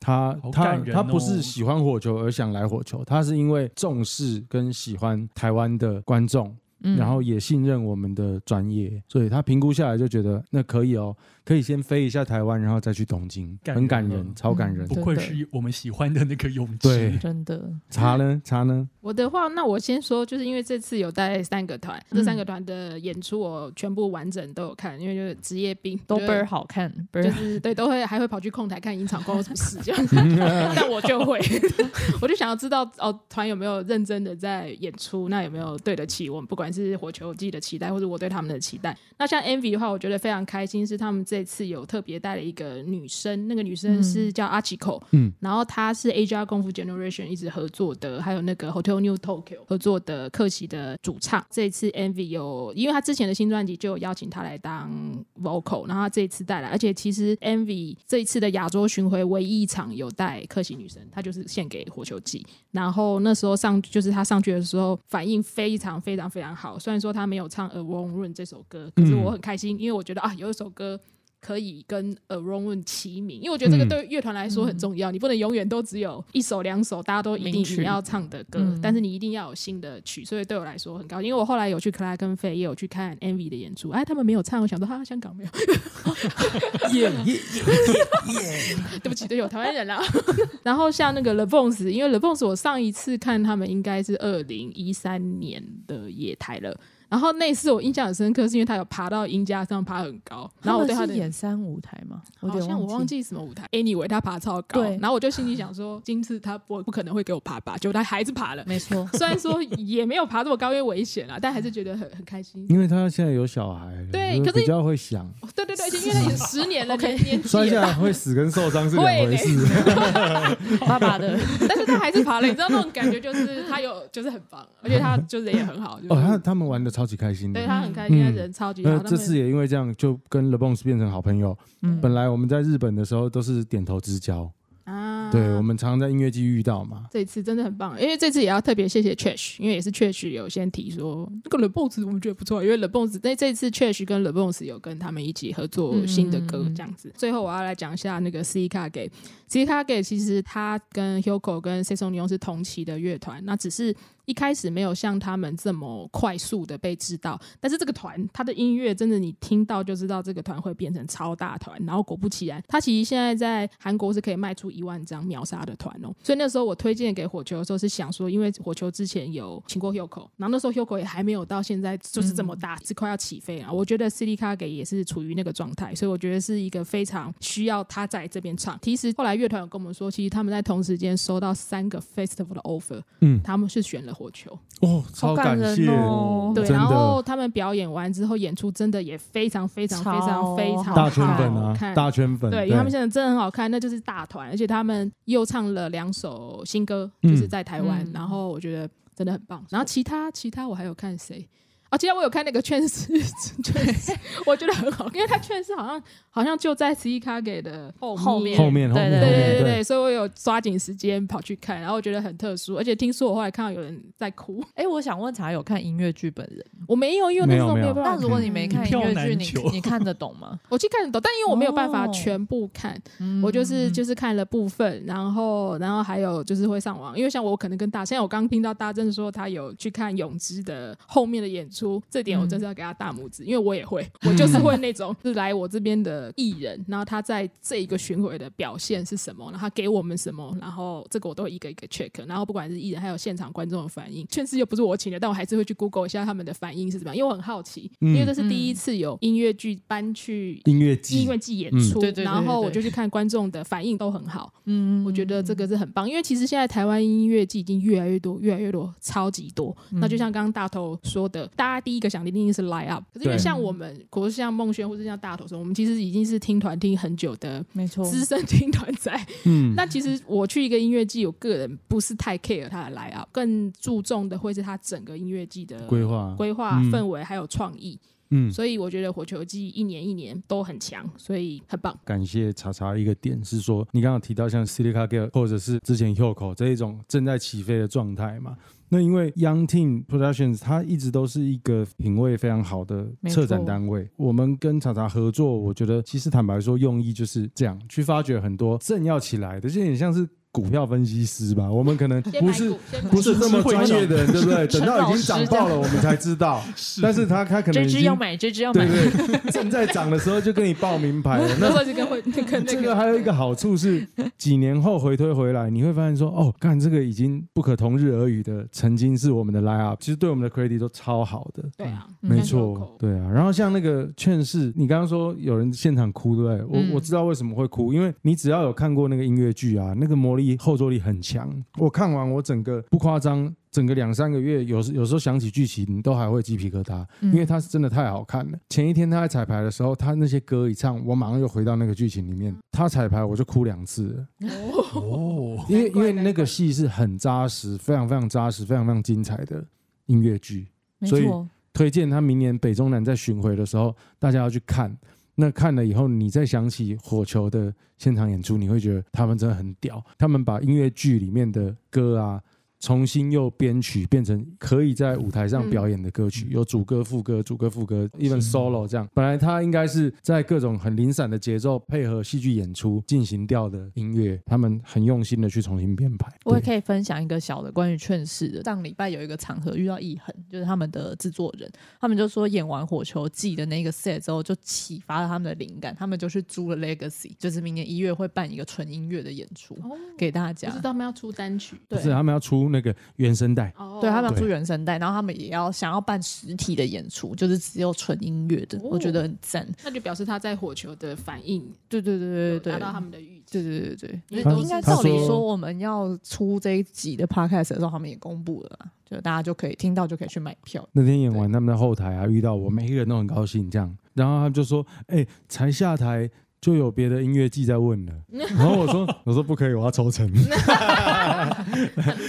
Speaker 1: 他
Speaker 3: 好
Speaker 1: 他
Speaker 3: 感人
Speaker 1: 他不是
Speaker 3: 哦
Speaker 1: 喜欢火球而想来火球，他是因为重视跟喜欢台湾的观众，
Speaker 2: 嗯，
Speaker 1: 然后也信任我们的专业，所以他评估下来就觉得那可以哦，可以先飞一下台湾，然后再去东京，
Speaker 3: 感人哦
Speaker 1: 很感
Speaker 3: 了
Speaker 1: 人，超感人
Speaker 3: 不。
Speaker 2: 嗯
Speaker 3: 愧
Speaker 2: 真的
Speaker 3: 是我们喜欢的那个泳池。
Speaker 1: 对，
Speaker 2: 真的，
Speaker 1: 查呢查呢，
Speaker 4: 我的话，那我先说，就是因为这次有带三个团，
Speaker 2: 嗯
Speaker 4: 这三个团的演出我全部完整都有看，因为就是职业病
Speaker 2: 都
Speaker 4: 就
Speaker 2: 倍儿好看，倍
Speaker 4: 就
Speaker 2: 儿
Speaker 4: 是对，都会还会跑去控台看音场关我什么事 这样，但我就会， 我就想要知道哦，团有没有认真的在演出，那有没有对得起我们，不管是火球季的期待，或者我对他们的期待。那像 Envy 的话，我觉得非常开心，是他们这这次有特别带了一个女生，那个女
Speaker 2: 嗯
Speaker 4: 生是叫阿奇口，
Speaker 1: 嗯
Speaker 4: 嗯，然后她是 AJR 功夫 Generation 一直合作的，还有那个 Hotel New Tokyo 合作的客席的主唱。这次 Envy 有，因为她之前的新专辑就有邀请她来当 vocal，然后她这一次带来，而且其实 Envy 这一次的亚洲巡回唯一一场有带客席女生，她就是献给火球季。然后那时候上就是他上去的时候反应非常非常非常好，虽然说他没有唱《A w o n Run》这首歌，可是我很开心，因为我觉得啊有一首歌。可以跟《A w o n Run》齐名，因为我觉得这个
Speaker 1: 嗯
Speaker 4: 对乐团来说很重要。你不能永远都只有一首两首大家都一
Speaker 2: 名
Speaker 4: 定
Speaker 2: 曲
Speaker 4: 你要唱的歌，
Speaker 2: 嗯
Speaker 4: 但是你一定要有新的曲。所以对我来说很高兴，因为我后来有去克拉跟费，也有去看 Envy 的演出。哎，他们没有唱，我想到哈、香港没有，
Speaker 1: 耶耶
Speaker 4: 对不起，对，有台湾人啦。 然后像那个 l e b o n s 因为 l e b o n s 我上一次看他们应该是二零一三年的野台了。然后那次我印象很深刻，是因为他有爬到音架上爬很高，然后我对
Speaker 2: 他
Speaker 4: 他
Speaker 2: 们
Speaker 4: 的
Speaker 2: 是演三舞台吗？我有
Speaker 4: 好
Speaker 2: 点
Speaker 4: 像我忘
Speaker 2: 忘记。
Speaker 4: 记什么舞台，anyway 他爬超高，
Speaker 2: 对
Speaker 4: 然后我就心里想说，今次他不不可能会给我爬吧，结果他还是爬了。，
Speaker 2: 没错
Speaker 4: 虽然说也没有爬这么高，因为危险啦，但还是觉得很很开心。
Speaker 1: 因为他现在有小孩了，
Speaker 4: 对
Speaker 1: 就
Speaker 4: 可是
Speaker 1: 比较会想，
Speaker 4: 哦对对对，而且因为他也十年了，年 年纪
Speaker 1: 摔
Speaker 4: 也
Speaker 1: 下来会死跟受伤是两回 事。
Speaker 2: 爸爸的
Speaker 4: 但是他还是爬了，你知道那种感觉就是他有就是很棒，而且他就是人也很好，就是、
Speaker 1: 哦，他他们玩的超级开心
Speaker 4: 对
Speaker 1: 的。
Speaker 4: 他很开心，他人超级好。
Speaker 1: 那
Speaker 4: 他
Speaker 1: 这
Speaker 4: 们
Speaker 1: 次也因为这样，就跟 Le b o n s 变成好朋友。
Speaker 2: 嗯
Speaker 1: 本来我们在日本的时候都是点头之交，
Speaker 4: 啊，
Speaker 1: 对我们常常在音乐季遇到
Speaker 2: 啊
Speaker 1: 嘛。
Speaker 4: 这次真的很棒，因为这次也要特别谢谢 Trash，因为也是 Trash 有先提说那个 Le b o n s 我们觉得不错，因为 Le b o n s 在这次 Trash 跟 Le b o n s 有跟他们一起合作新的歌
Speaker 2: 嗯
Speaker 4: 这样子。最后我要来讲一下那个 C 卡给 C 卡给，其实他跟 Hugo 跟 s e s o n i o 是同期的乐团，那只是一开始没有像他们这么快速的被知道，但是这个团它的音乐真的你听到就知道这个团会变成超大团，然后果不其然，它其实现在在韩国是可以卖出一万张秒杀的团哦。所以那时候我推荐给火球的时候是想说，因为火球之前有请过 Hugo，然后那时候 Hugo 也还没有到现在就是这么大，是快要起飞啊了。我觉得 City Car 给也是处于那个状态，所以我觉得是一个非常需要他在这边唱。其实后来乐团有跟我们说，其实他们在同时间收到三个 festival 的 offer，
Speaker 1: 嗯
Speaker 4: 他们是选了火球。
Speaker 1: 哦，超
Speaker 2: 好感
Speaker 1: 感
Speaker 2: 人
Speaker 1: 谢，
Speaker 2: 哦
Speaker 4: 对，
Speaker 1: 真
Speaker 4: 然后
Speaker 1: 的
Speaker 4: 他们表演完之后，演出真的也非常非常
Speaker 2: 超
Speaker 4: 非常非常
Speaker 1: 大圈粉
Speaker 4: 好
Speaker 1: 啊，
Speaker 4: 看。
Speaker 1: 大圈粉。
Speaker 4: 对，因为他们现在真的很好看，那就是大团，而且他们又唱了两首新歌，
Speaker 1: 嗯
Speaker 4: 就是在台湾，
Speaker 2: 嗯
Speaker 4: 然后我觉得真的很棒。然后其他其他我还有看谁？哦，其他我有看那个劝世，劝世，我觉得很好，因为他劝世好像好像就在十一卡给的 后
Speaker 2: 后面
Speaker 1: 后面后
Speaker 2: 对
Speaker 1: 面
Speaker 2: 对
Speaker 1: 后
Speaker 4: 对对
Speaker 1: 面
Speaker 4: 对对，所以我有抓紧时间跑去看，然后我觉得很特殊，而且听说我后来看到有人在哭，
Speaker 2: 哎、我想问茶有看音乐剧本人？
Speaker 4: 我没有，因为那
Speaker 1: 没
Speaker 4: 时
Speaker 1: 有
Speaker 4: 候
Speaker 1: 没
Speaker 4: 没
Speaker 1: 有
Speaker 4: 有办法
Speaker 2: 那
Speaker 4: 看。
Speaker 2: 如果你没看
Speaker 3: 一
Speaker 2: 音
Speaker 3: 票
Speaker 2: 乐
Speaker 3: 难
Speaker 2: 剧，你
Speaker 3: 求
Speaker 2: 你看得懂吗？
Speaker 4: 嗯我其实看得懂，但因为我没有办法
Speaker 2: 哦
Speaker 4: 全部看，
Speaker 2: 嗯
Speaker 4: 我就是就是看了部分，然后然后还有就是会上网，因为像我可能跟大，现在我刚听到大正说他有去看泳之的后面的演出，这点我
Speaker 2: 嗯
Speaker 4: 真是要给他大拇指，因为我也会，我就是会那种是来我这边的艺人，然后他在这一个巡回的表现是什么，然后他给我们什么，然后这个我都一个一个 check，然后不管是艺人还有现场观众的反应，确实又不是我请的，但我还是会去 Google 一下他们的反应是怎么样，因为我很好奇，因
Speaker 2: 嗯
Speaker 4: 为这是第一次有音乐剧搬去
Speaker 1: 音乐
Speaker 4: 因
Speaker 1: 季
Speaker 4: 为，季演
Speaker 1: 嗯
Speaker 4: 出，
Speaker 2: 对对对
Speaker 4: 然后我
Speaker 2: 对
Speaker 4: 就去看观众的反应都很好，
Speaker 2: 嗯
Speaker 4: 我觉得这个是很棒，因为其实现在台湾音乐季已经越来越多，越来越多，超级多。那就像刚刚大头说的，大家第一个想的一定是 line up，可是因为
Speaker 1: 对
Speaker 4: 像我们，比如像孟轩或是像大头说，我们其实已经是听团听很久的
Speaker 2: 没错，
Speaker 4: 资深听团仔，
Speaker 1: 嗯，
Speaker 4: 那其实我去一个音乐季，我个人不是太 care 他的 line up，更注重的会是他整个音乐季的
Speaker 1: 规划
Speaker 4: 呃规划
Speaker 1: 嗯
Speaker 4: 氛围还有创意。
Speaker 1: 嗯，
Speaker 4: 所以我觉得火球季一年一年都很强，所以很棒。
Speaker 1: 感谢查查一个点是说，你刚刚有提到像 Silica Girl 或者是之前 Hyoko 这一种正在起飞的状态嘛。那因为 Young Team Productions 它一直都是一个品味非常好的
Speaker 2: 没错
Speaker 1: 策展单位，我们跟查查合作，我觉得其实坦白说，用意就是这样，去发掘很多正要起来的，就有点像是股票分析师吧。我们可能
Speaker 4: 先
Speaker 1: 不
Speaker 4: 买
Speaker 1: 是
Speaker 4: 股，先买
Speaker 1: 不
Speaker 4: 股
Speaker 1: 是这么专业的人，对不对？
Speaker 2: 陈
Speaker 1: 等到已经
Speaker 2: 老
Speaker 1: 长
Speaker 2: 师
Speaker 1: 爆了，我们才知道。但是他他可能
Speaker 2: 这
Speaker 1: 已
Speaker 2: 只
Speaker 1: 经
Speaker 2: 要买，这只要买
Speaker 1: 对，对，正在涨的时候就跟你报名牌 了。那
Speaker 4: 那时候就跟会跟 那
Speaker 1: 这
Speaker 4: 个
Speaker 1: 个还有一个好处是，几年后回推回来，你会发现说，哦，干这个已经不可同日而语的，曾经是我们的 line up，其实对我们的 credit 都超好的。
Speaker 4: 对啊，
Speaker 2: 嗯
Speaker 1: 没
Speaker 4: 像
Speaker 1: 错
Speaker 4: Coco，
Speaker 1: 对啊。然后像那个劝世，你刚刚说有人现场哭，对不对？我、
Speaker 2: 嗯
Speaker 1: 我知道为什么会哭，因为你只要有看过那个音乐剧啊，那个魔力后坐力很强。我看完我整个不夸张。整个两三个月，有时有时候想起剧情，你都还会鸡皮疙瘩，
Speaker 4: 嗯
Speaker 1: 因为它是真的太好看了。前一天他在彩排的时候，他那些歌一唱，我马上又回到那个剧情里
Speaker 4: 嗯
Speaker 1: 面。他彩排我就哭两次了，
Speaker 4: 哦，
Speaker 3: 哦，
Speaker 1: 因为
Speaker 4: 难
Speaker 1: 因
Speaker 4: 怪
Speaker 1: 为那个戏是很扎实，非常非常扎实，非常非常精彩的音乐剧。
Speaker 2: 嗯没
Speaker 1: 所以
Speaker 2: 错，
Speaker 1: 推荐他明年北中南在巡回的时候，大家要去看。那看了以后，你再想起火球的现场演出，你会觉得他们真的很屌。他们把音乐剧里面的歌啊，重新又编曲变成可以在舞台上表演的歌
Speaker 2: 嗯
Speaker 1: 曲，有主歌、副歌、主歌、副歌，even solo 这样。本来他应该是在各种很零散的节奏配合戏剧演出进行掉的音乐，他们很用心的去重新编排。
Speaker 2: 我也
Speaker 1: 对
Speaker 2: 可以分享一个小的关于劝世的。上礼拜有一个场合遇到易恒，就是他们的制作人，他们就说演完《火球季》的那个 set 之后，就启发了他们的灵感，他们就去租了 Legacy，就是明年一月会办一个纯音乐的演出给大
Speaker 4: 哦不
Speaker 2: 家
Speaker 4: 知。道他们要出单曲，
Speaker 2: 对
Speaker 1: 不是他们要出那个原声带。
Speaker 4: 哦
Speaker 2: 对他们要
Speaker 1: 对
Speaker 2: 出原声带，然后他们也要想要办实体的演出，就是只有纯音乐的，
Speaker 4: 哦
Speaker 2: 我觉得很赞。
Speaker 4: 那就表示他在火球的反应
Speaker 2: 对对对对对
Speaker 4: 达到他
Speaker 2: 对。
Speaker 4: 们的预期，
Speaker 2: 对对对对，
Speaker 4: 因为
Speaker 1: 他
Speaker 4: 都
Speaker 2: 应
Speaker 4: 是
Speaker 2: 该
Speaker 1: 他
Speaker 2: 照理
Speaker 1: 说
Speaker 2: 说，我们要出这一集的 podcast 的时候，他们也公布了啦，就大家就可以听到，就可以去买票。
Speaker 1: 那天演完，他们在后台啊遇到我，每一个人都很高兴这样。然后他们就说：“哎、才下台就有别的音乐季在 问了。”然后我说：“我说不可以，我要抽成。
Speaker 4: 并”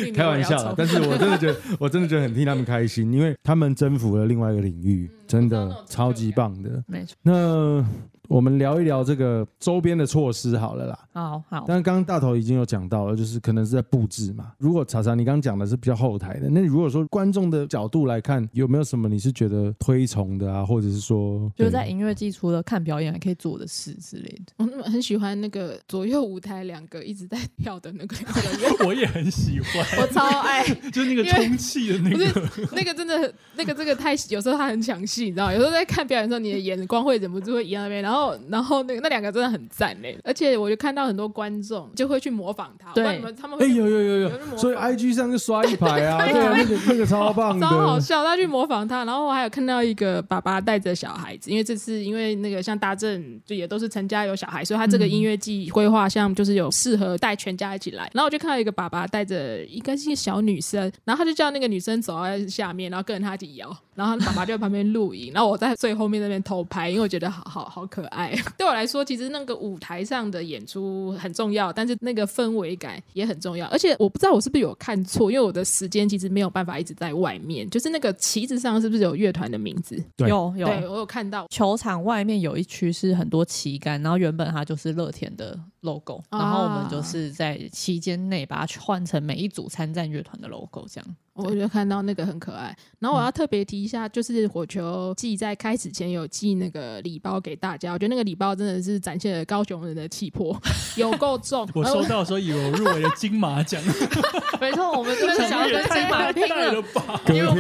Speaker 4: 没
Speaker 1: 开
Speaker 4: 有
Speaker 1: 玩
Speaker 4: 要
Speaker 1: 笑啦啊
Speaker 4: 抽，
Speaker 1: 但是我真的觉得，我真的觉得很替他们开心，因为他们征服了另外一个领域，真
Speaker 4: 嗯我知道那
Speaker 1: 的
Speaker 4: 种成就
Speaker 1: 超级棒的。
Speaker 2: 没错，
Speaker 1: 那我们聊一聊这个周边的措施好了啦。
Speaker 2: 好好，
Speaker 1: 但是刚刚大头已经有讲到了，就是可能是在布置嘛。如果查查你刚刚讲的是比较后台的，那如果说观众的角度来看，有没有什么你是觉得推崇的啊，或者是说
Speaker 2: 就
Speaker 1: 对
Speaker 2: 是在音乐季除了看表演，还可以做的事之类的。
Speaker 4: 我那么很喜欢那个左右舞台两个一直在跳的那个两个人，
Speaker 3: 我也很喜欢，
Speaker 4: 我 超 爱。
Speaker 3: 就是那个
Speaker 4: 因为
Speaker 3: 充气的那
Speaker 4: 不是
Speaker 3: 个，。
Speaker 4: 那个真的，那个这个太有时候他很抢戏，你知道吗？有时候在看表演的时候，你的眼光会忍不住会移到那边，然后然后那个那两个真的很赞嘞，而且我就看到很多观众就会去模仿他，
Speaker 2: 对
Speaker 4: 我不知道你们他们
Speaker 1: 哎、
Speaker 4: 会
Speaker 1: 有有有
Speaker 4: 有人模
Speaker 1: 有，
Speaker 4: 仿
Speaker 1: 所以 IG 上就刷一排啊，
Speaker 4: 对
Speaker 1: 对啊，那个那个超棒
Speaker 4: 超好
Speaker 1: 的，
Speaker 4: 笑，他去模仿他，然后我还有看到一个爸爸带着小孩子，因为这次因为那个像大正就也都是成家有小孩，所以他这个音乐季规划项目就是有适合带全家一起来。然后我就看到一个爸爸带着应该是一个小女生，然后他就叫那个女生走在下面，然后跟着他一起摇，然后爸爸就在旁边录影，然后我在最后面那边偷拍，因为我觉得好好好可爱。 对我来说，其实那个舞台上的演出很重要，但是那个氛围感也很重要。而且我不知道我是不是有看错，因为我的时间其实没有办法一直在外面，就是那个旗子上是不是有乐团的名字？
Speaker 1: 对
Speaker 2: 有有
Speaker 4: 对我有看到。
Speaker 2: 球场外面有一区是很多旗杆，然后原本它就是乐天的 logo，、
Speaker 4: 啊
Speaker 2: 然后我们就是在期间内把它换成每一组参战乐团的 logo，这样。
Speaker 4: 我就看到那个很可爱，然后我要特别提一下，就是火球季在开始前有寄那个礼包给大家，我觉得那个礼包真的是展现了高雄人的气魄，有够 重
Speaker 3: 我收到的时候以为我入围了金马奖，
Speaker 2: 没错，我们就
Speaker 4: 真的想要
Speaker 3: 也
Speaker 4: 跟金马
Speaker 3: 太
Speaker 4: 拼
Speaker 3: 带了吧？
Speaker 1: 隔天哦，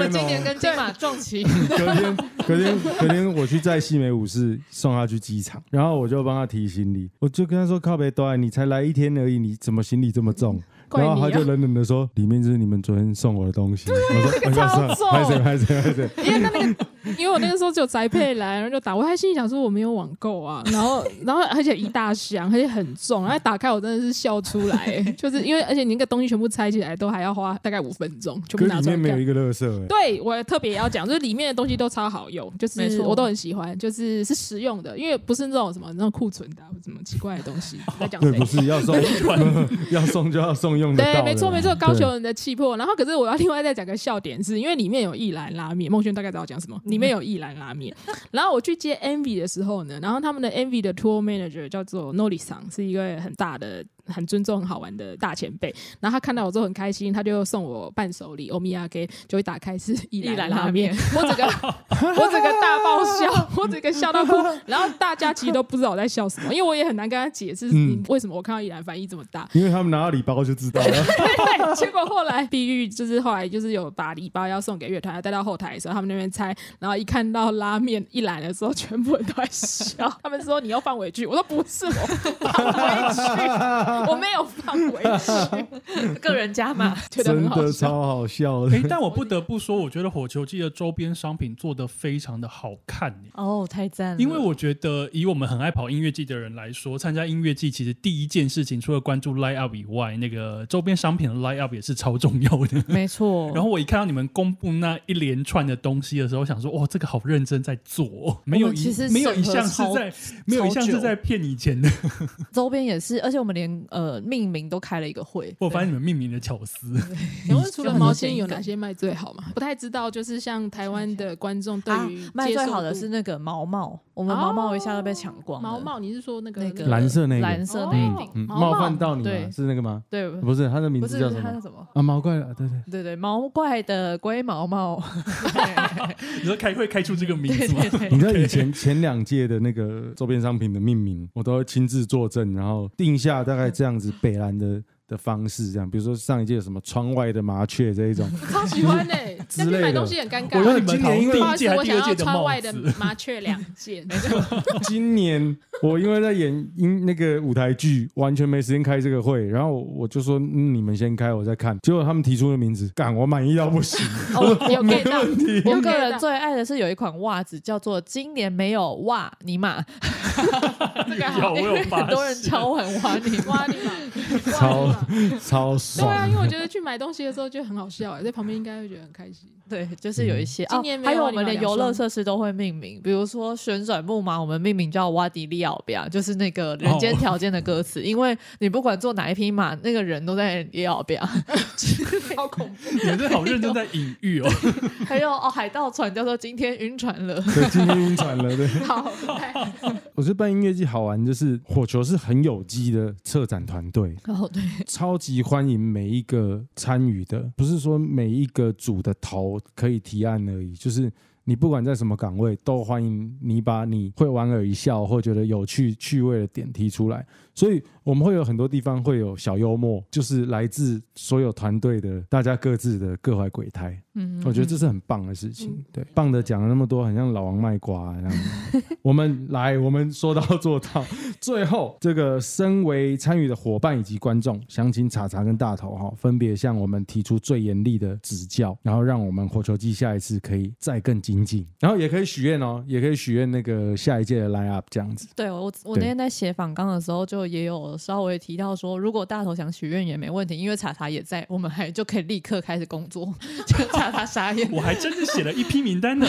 Speaker 2: 跟金马撞旗。
Speaker 1: 隔天隔天隔天我去载西美武士送他去机场，然后我就帮他提行李，我就跟他说靠北端，你才来一天而已，你怎么行李这么重？
Speaker 4: 怪
Speaker 1: 然后
Speaker 4: 你
Speaker 1: 他
Speaker 4: 啊
Speaker 1: 就！冷冷的说：“里面就是你们昨天送我的东 西。”我说：“哎呀，
Speaker 4: 超
Speaker 1: 算了，
Speaker 4: 重
Speaker 1: 拍谁拍谁拍谁。
Speaker 4: 因为他那个，因为我那个时候只有宅配来，然后就打，我还心里想说我没有网购啊， 然后然后而且一大箱，而且很重，然后打开我真的是笑出 来，就是因为而且你那个东西全部拆起来都还要花大概五分钟，”
Speaker 1: 可
Speaker 4: 全部
Speaker 1: 是
Speaker 4: 拿
Speaker 1: 里
Speaker 4: 出
Speaker 1: 面
Speaker 4: 来
Speaker 1: 没有
Speaker 4: 看
Speaker 1: 一。个乐色哎，
Speaker 4: 对我特别要讲，就是里面的东西都超好用，就
Speaker 2: 没
Speaker 4: 是
Speaker 2: 错
Speaker 4: 我都很喜欢，就是是实用的，因为不是那种什么那种库存的啊、或什么奇怪的东西。在讲
Speaker 1: 对，
Speaker 4: 谁
Speaker 1: 不？是要送 要送就要送用得到
Speaker 4: 对
Speaker 1: 的，
Speaker 4: 没错没错，
Speaker 1: 对
Speaker 4: 高雄人的气魄。然后，可是我要另外再讲个笑点是，因为里面有一兰拉面，孟轩大概知道我讲什么，里面有一兰拉面。然后我去 接 Envy 的时候呢，然后他们的 Envy 的 tour manager 叫做 Noli Sang，是一个很大的。很尊重、很好玩的大前辈，然后他看到我之后很开心，他就送我伴手礼欧米亚给，就会打开是一
Speaker 2: 一兰
Speaker 4: 兰
Speaker 2: 拉
Speaker 4: 拉 面，我整个我整个大爆笑，我整个笑到哭，然后大家其实都不知道我在笑什么，因为我也很难跟他解释
Speaker 1: 嗯
Speaker 4: 为什么我看到一兰反应这么大，
Speaker 1: 因为他们拿到礼包就知道了。
Speaker 4: 对，结果后来碧玉就是后来就是有把礼包要送给乐团，要带到后台的时候，他们那边猜，然后一看到拉面一来的时 候，全部人都在笑。他们说你要放回去，我说不是我放回去，我没有放回 去，
Speaker 2: 个人加码，
Speaker 4: 觉得
Speaker 1: 真
Speaker 4: 很好
Speaker 1: 的
Speaker 4: 笑。
Speaker 1: 超好笑
Speaker 3: 哎、
Speaker 1: 的。
Speaker 3: 但我不得不说，我觉得火球季的周边商品做的非常的好看耶、
Speaker 2: 哦，太赞了！
Speaker 3: 因为我觉得，以我们很爱跑音乐季的人来说，参加音乐季其实第一件事情，除了关注 line up 以外，那个周边商品的 line up 也是超重要的。
Speaker 2: 没错，
Speaker 3: 然后我一看到你们公布那一连串的东西的时候，想说，哇，这个好认真在做哦，没有
Speaker 2: 其实
Speaker 3: 一没有一
Speaker 2: 审核
Speaker 3: 项是
Speaker 2: 超
Speaker 3: 在没有一项是
Speaker 2: 久
Speaker 3: 在骗你 钱的。
Speaker 2: 周边也是，而且我们连呃命名都开了一个会。
Speaker 3: 我发现你们命名的巧思，
Speaker 4: 请问除了
Speaker 2: 有很多
Speaker 4: 毛
Speaker 2: 建
Speaker 4: 巾
Speaker 2: 议
Speaker 4: 有
Speaker 2: 梗
Speaker 4: 哪些卖最好吗？不太知道，就是像台湾的观众对
Speaker 2: 啊
Speaker 4: 于、接，
Speaker 2: 卖最
Speaker 4: 受
Speaker 2: 好的
Speaker 4: 度
Speaker 2: 是那个毛毛，我们
Speaker 4: 哦
Speaker 2: 毛毛一下都被抢光了。
Speaker 4: 毛毛，你是说那个
Speaker 2: 那个
Speaker 1: 蓝色那个
Speaker 2: 蓝色那一
Speaker 4: 哦
Speaker 2: 顶，
Speaker 1: 嗯，
Speaker 4: 毛
Speaker 1: 冒犯到你
Speaker 2: 对
Speaker 1: 了，是那个吗？
Speaker 2: 对，
Speaker 1: 不是，他的名
Speaker 2: 不
Speaker 1: 字
Speaker 2: 是
Speaker 1: 叫什
Speaker 2: 它叫
Speaker 1: 么？
Speaker 2: 什么？
Speaker 1: 啊，毛怪了，对 对，
Speaker 2: 对对，毛怪的龟毛毛，
Speaker 3: 你说开会开出这个名
Speaker 2: 对
Speaker 3: 字吗？
Speaker 2: 对
Speaker 1: 你
Speaker 2: 对，
Speaker 1: 知道以前前两届的那个周边商品的命名，我都会亲自作证，然后定下大概这样子北兰的的方式，这样，比如说上一届有什么窗外的麻雀这一种，
Speaker 4: 超喜欢呢、欸，
Speaker 1: 之
Speaker 4: 但是买
Speaker 1: 类的
Speaker 4: 东西很尴
Speaker 3: 我
Speaker 1: 觉得
Speaker 3: 问你
Speaker 4: 尬。
Speaker 3: 们
Speaker 1: 今
Speaker 3: 好
Speaker 1: 年因
Speaker 3: 像
Speaker 1: 为
Speaker 3: 第一
Speaker 4: 不好意
Speaker 3: 届
Speaker 4: 思，
Speaker 3: 还
Speaker 4: 我
Speaker 3: 是第
Speaker 4: 想
Speaker 3: 二
Speaker 4: 要
Speaker 3: 届的
Speaker 4: 窗
Speaker 3: 帽
Speaker 4: 外的
Speaker 3: 子，
Speaker 4: 麻雀两件，
Speaker 1: 今年我因为在演音那个舞台剧，完全没时间开这个会，然后我就说、嗯你们先开，我再看。结果他们提出的名字，干我满意到不 行，
Speaker 4: 哦，有 get 到，
Speaker 2: 我
Speaker 4: 有
Speaker 2: 个
Speaker 4: get
Speaker 2: 人
Speaker 4: 到，
Speaker 2: 最爱的是有一款袜子叫做“今年没有袜尼玛
Speaker 4: 这个”，
Speaker 3: 有
Speaker 4: 好
Speaker 3: 我
Speaker 2: 因
Speaker 3: 有
Speaker 2: 为
Speaker 3: 发
Speaker 2: 很多人
Speaker 3: 现
Speaker 2: 敲完袜尼玛。
Speaker 4: 哇，你 嘛，
Speaker 1: 超
Speaker 4: 哇，你嘛
Speaker 1: 超
Speaker 4: 对
Speaker 1: 爽。
Speaker 4: 啊，因为我觉得去买东西的时候就很好笑、欸，在旁边应该会觉得很开心。
Speaker 2: 对，就是有一
Speaker 1: 嗯
Speaker 2: 些、
Speaker 4: 今年
Speaker 2: 哦，
Speaker 4: 没
Speaker 2: 还
Speaker 4: 有
Speaker 2: 有我
Speaker 4: 你买
Speaker 2: 们连
Speaker 4: 两
Speaker 2: 游乐
Speaker 4: 双
Speaker 2: 设施都会命名，比如说旋转木马，我们命名叫瓦迪利奥比亚，就是那个人间
Speaker 3: 哦
Speaker 2: 条件的歌词，因为你不管坐哪一匹马，那个人都在里奥比 亚。
Speaker 4: 好恐怖！
Speaker 3: 你们这好认真在隐喻哦。
Speaker 2: 还有哦，海盗船叫做今天晕船了，
Speaker 1: 对，今天晕船了。对，
Speaker 4: 好，
Speaker 1: 我觉得办音乐季好玩，就是火球是很有机的策展团队，
Speaker 2: 然后哦对，
Speaker 1: 超级欢迎每一个参与的，不是说每一个组的头可以提案而已，就是你不管在什么岗位，都欢迎你把你会莞尔一笑或觉得有趣趣味的点提出来。所以我们会有很多地方会有小幽默，就是来自所有团队的大家各自的各怀鬼胎。
Speaker 2: 嗯，
Speaker 1: 我觉得这是很棒的事情
Speaker 4: 嗯，
Speaker 1: 对，棒的讲了那么多，很像老王卖瓜一样。我们来，我们说到做到。最后，这个身为参与的伙伴以及观众，想请查查跟大头哈、分别向我们提出最严厉的指教，然后让我们火球季下一次可以再更精进，然后也可以许愿哦，也可以许愿那个下一届的 line up 这样子。
Speaker 2: 对我，我
Speaker 1: 对
Speaker 2: 那天在写访纲的时候，就也有稍微提到说，如果大头想许愿也没问题，因为查查也在，我们还就可以立刻开始工作。 就查查傻眼，
Speaker 3: 我还真的写了一批 名单呢。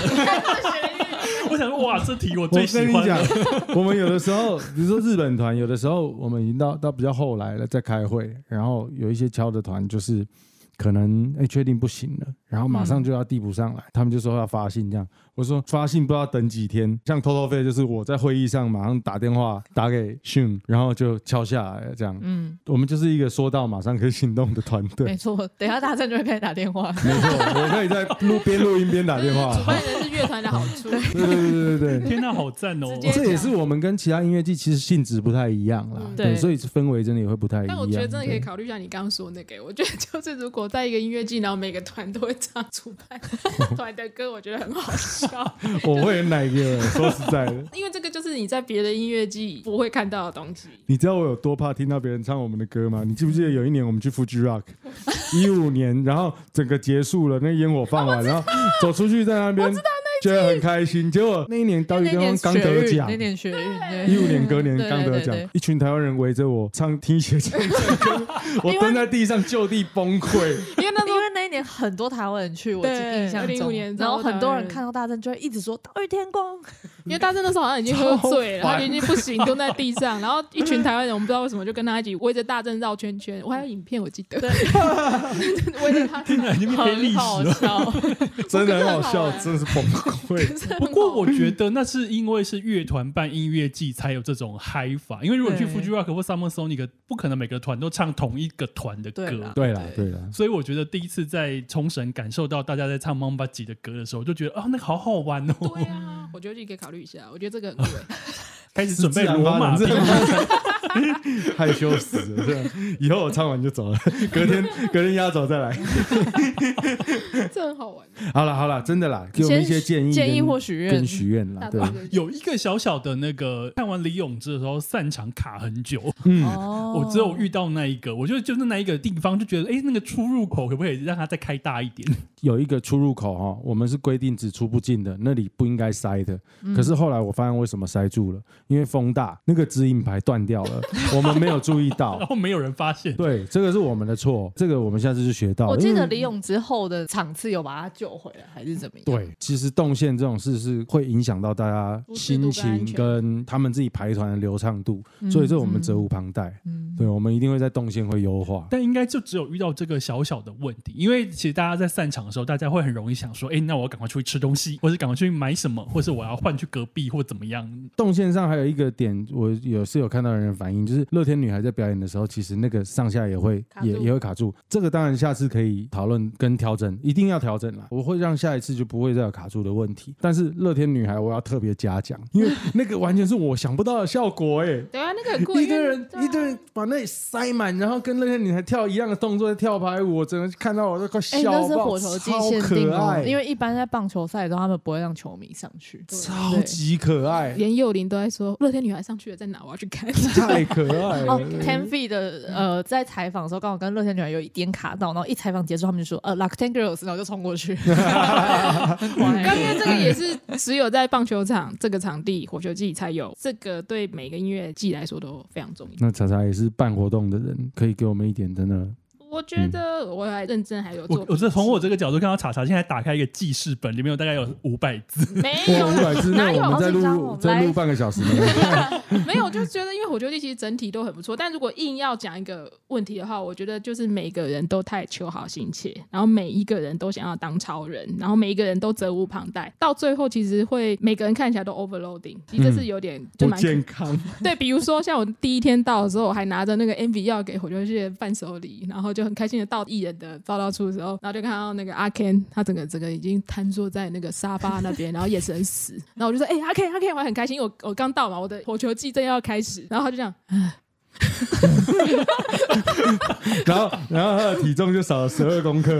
Speaker 3: 我想说，哇，这题我
Speaker 1: 我
Speaker 3: 最喜
Speaker 1: 跟你
Speaker 3: 欢
Speaker 1: 讲
Speaker 3: 了。，
Speaker 1: 我们有的时候，比如说日本团，有的时候我们已经到到比较后来了，在开会，然后有一些敲的团就是可能哎确定不行了，然后马上就要递补上来，他们就说要啊发信这样，我说发信不知道等几天，像偷偷飞就是我在会议上马上打电话打给讯，然后就敲下来了这样，
Speaker 2: 嗯，
Speaker 1: 我们就是一个说到马上可以行动的团队
Speaker 2: 没。错，等一下大战就会开始打电话。
Speaker 1: 没错， 我可以在录边录音边打
Speaker 4: 这
Speaker 1: 电
Speaker 4: 是
Speaker 1: 话。
Speaker 4: 主办人是乐团的好处，
Speaker 1: 对 对对对对对，
Speaker 3: 天哪，好赞哦！
Speaker 4: 直接
Speaker 1: 这也是我们跟其他音乐季其实性质不太一样啦，
Speaker 4: 嗯
Speaker 1: 对，
Speaker 2: 对
Speaker 1: 所以氛围真的也会不太一样。
Speaker 4: 但我觉得真的可以
Speaker 1: 对
Speaker 4: 考虑一下你刚刚说那个，我觉得就是如果在一个音乐季，然后每个团都会唱主 办团的歌，我觉得很好笑，
Speaker 1: 我会很奶个，说实在的，
Speaker 4: 因为这个就是你在别的音乐季不会看到的东西。
Speaker 1: 你知道我有多怕听到别人唱我们的歌吗？你记不记得有一年我们去 Fuji Rock，一五年，然后整个结束了，那烟火放完，然后走出去在那边，觉得很开心。结果那一年刀鱼
Speaker 2: 那
Speaker 1: 刚
Speaker 2: 年
Speaker 1: 刚
Speaker 2: 学
Speaker 1: 得
Speaker 2: 运
Speaker 1: 奖
Speaker 2: 那。年学运，对
Speaker 1: 一五年隔年
Speaker 2: 对
Speaker 1: 刚得
Speaker 2: 对
Speaker 1: 奖
Speaker 2: 对对，
Speaker 1: 一群台湾人围着我唱听写唱歌，我蹲在地上就地崩溃。
Speaker 4: 因为那时
Speaker 2: 因
Speaker 4: 候
Speaker 2: 为那一年很多台湾人去，我记
Speaker 4: 对
Speaker 2: 印象
Speaker 4: 2005
Speaker 2: 中
Speaker 4: 年，
Speaker 2: 然后很多人
Speaker 4: 超多台湾人
Speaker 2: 看到大战就会一直说“岛屿天光
Speaker 4: 因为大正那时候好像已经喝醉了，
Speaker 3: 超
Speaker 4: 他
Speaker 3: 烦
Speaker 4: 就已经不行，蹲在地上。然后一群台湾人，我们不知道为什么就跟他一起围着大正绕圈圈。我还有影片，我记得围着他。
Speaker 3: 天哪，已经”，变成历
Speaker 2: 很
Speaker 3: 史
Speaker 2: 好
Speaker 3: 了。
Speaker 2: 笑。
Speaker 1: 真的很好
Speaker 4: 真的很好
Speaker 1: 笑，
Speaker 4: 玩
Speaker 1: 真的是崩 溃。
Speaker 3: 不过我觉得那是因为是乐团办音乐季才有这种嗨法，因为如果你去
Speaker 2: 对
Speaker 3: Fuji Rock 或 Summer Sonic，不可能每个团都唱同一个团的
Speaker 2: 对
Speaker 3: 歌
Speaker 2: 啦。
Speaker 1: 对啦，对啦，
Speaker 3: 所以我觉得第一次在冲绳感受到大家在唱 m o m b a j i 的歌的时候，我就觉得啊、那个好好玩哦，
Speaker 4: 对 啊，我觉得你可以考虑一下，我觉得这个很对。
Speaker 3: 开始准备罗马
Speaker 1: 是自然发展 害羞死了，这样以后我唱完就走了，隔天隔天压轴再来。
Speaker 4: 这很好玩。
Speaker 1: 好了好了，真的啦，给我们一些建议跟，
Speaker 2: 建议或许愿
Speaker 1: 跟许愿啦，
Speaker 4: 大
Speaker 1: 对
Speaker 4: 头，对
Speaker 3: 有一个小小的那个，看完李永志的时候散场卡很久，
Speaker 1: 嗯，
Speaker 2: 哦
Speaker 3: 我只有遇到那一个，我就就是那一个地方就觉得，哎、那个出入口可不可以让它再开大一点？
Speaker 1: 有一个出入口哈、我们是规定只出不进的，那里不应该塞的。
Speaker 2: 嗯
Speaker 1: 可是后来我发现为什么塞住了，因为风大，那个指引牌断掉了，我们没有注意到
Speaker 3: 然。后没有人发现。
Speaker 1: 对，这个是我们的错，这个我们下次就学到了。
Speaker 5: 我记
Speaker 1: 因
Speaker 5: 得
Speaker 1: 为
Speaker 5: 李咏之后的场次有把他救回来，还是怎么样？
Speaker 1: 对，其实动线这种事是会影响到大家
Speaker 4: 舒适度
Speaker 1: 心
Speaker 4: 跟
Speaker 1: 情
Speaker 4: 安全嗯
Speaker 1: 跟他们自己排团的流畅度，所以这我们责无旁贷。
Speaker 2: 嗯
Speaker 1: 对，我们一定会在动线会优化。
Speaker 3: 但应该就只有遇到这个小小的问题，因为其实大家在散场的时候，大家会很容易想说，哎、那我要赶快出去吃东西，或是赶快去买什么，或是我要换去隔壁或怎么样。
Speaker 1: 动线上还有一个点，我有是有看到人的反应，就是乐天女孩在表演的时候，其实那个上下也会
Speaker 4: 卡住
Speaker 1: 也也会卡住。这个当然下次可以讨论跟调整，一定要调整啦。我会让下一次就不会再有卡住的问题。但是乐天女孩我要特别嘉奖，因为那个完全是我想不到的效果哎、
Speaker 4: 对啊，那个很酷，
Speaker 1: 一
Speaker 4: 因
Speaker 1: 堆
Speaker 4: 为
Speaker 1: 人
Speaker 4: 对啊
Speaker 1: 一堆人把那里塞满，然后跟那些女孩跳一样的动作在跳排舞，我真的看到我都快
Speaker 5: 哎，
Speaker 1: 笑
Speaker 5: 那
Speaker 1: 爆，
Speaker 5: 是火球季
Speaker 1: 超
Speaker 5: 限定
Speaker 1: 可
Speaker 5: 哦
Speaker 1: 爱，，
Speaker 5: 因为一般在棒球赛的时候，他们不会让球迷上去。
Speaker 1: 超级可爱，
Speaker 4: 啊连幼林都在说乐天女孩上去了在哪，我要 去看。
Speaker 1: 太可爱
Speaker 5: 哦
Speaker 1: 了。
Speaker 5: ，Ten Feet 的呃，在采访的时候，刚好跟乐天女孩有一点卡到，然后一采访结束，他们就说呃，Lockten Girls，然后就冲过去。
Speaker 4: 刚刚这个也是只有在棒球场这个场地火球季才有，这个对每个音乐季来说都非常重要。
Speaker 1: 那查查也是办活动的人，可以给我们一点真的
Speaker 4: 我觉得我还认真还有做
Speaker 3: 嗯我
Speaker 4: 笔记，
Speaker 3: 我是从我这个角度看到查查现在打开一个记事本，里面有大概有五百字，
Speaker 4: 没
Speaker 1: 哇，
Speaker 4: 有
Speaker 1: 五百之
Speaker 5: 哪
Speaker 1: 内
Speaker 5: 有
Speaker 1: 我们再
Speaker 5: 好紧张
Speaker 1: 录
Speaker 5: 哦
Speaker 1: 再录
Speaker 5: 来
Speaker 1: 半个小时没问题
Speaker 4: 没有，我就觉得因为火球季其实整体都很不错，但如果硬要讲一个问题的话，我觉得就是每个人都太求好心切，然后每一个人都想要当超人，然后每一个人都责无旁贷，到最后其实会每个人看起来都 overloading，其实
Speaker 3: 嗯
Speaker 4: 这是有点就
Speaker 1: 不
Speaker 4: 蛮可
Speaker 1: 健康。
Speaker 4: 对，比如说像我第一天到的时候，我还拿着那个 MV 要给火球季的伴手礼，然后就很开心的到艺人的报道处的时候，然后就看到那个阿 Ken，他整个整个已经瘫坐在那个沙发那边，然后眼神死， 然后我就说，哎、阿 Ken 阿 Ken，我还很开心，因为我我刚到嘛，我的火球季正要开始，然后他就这样，
Speaker 1: 然后然后他的体重就少了十二公克，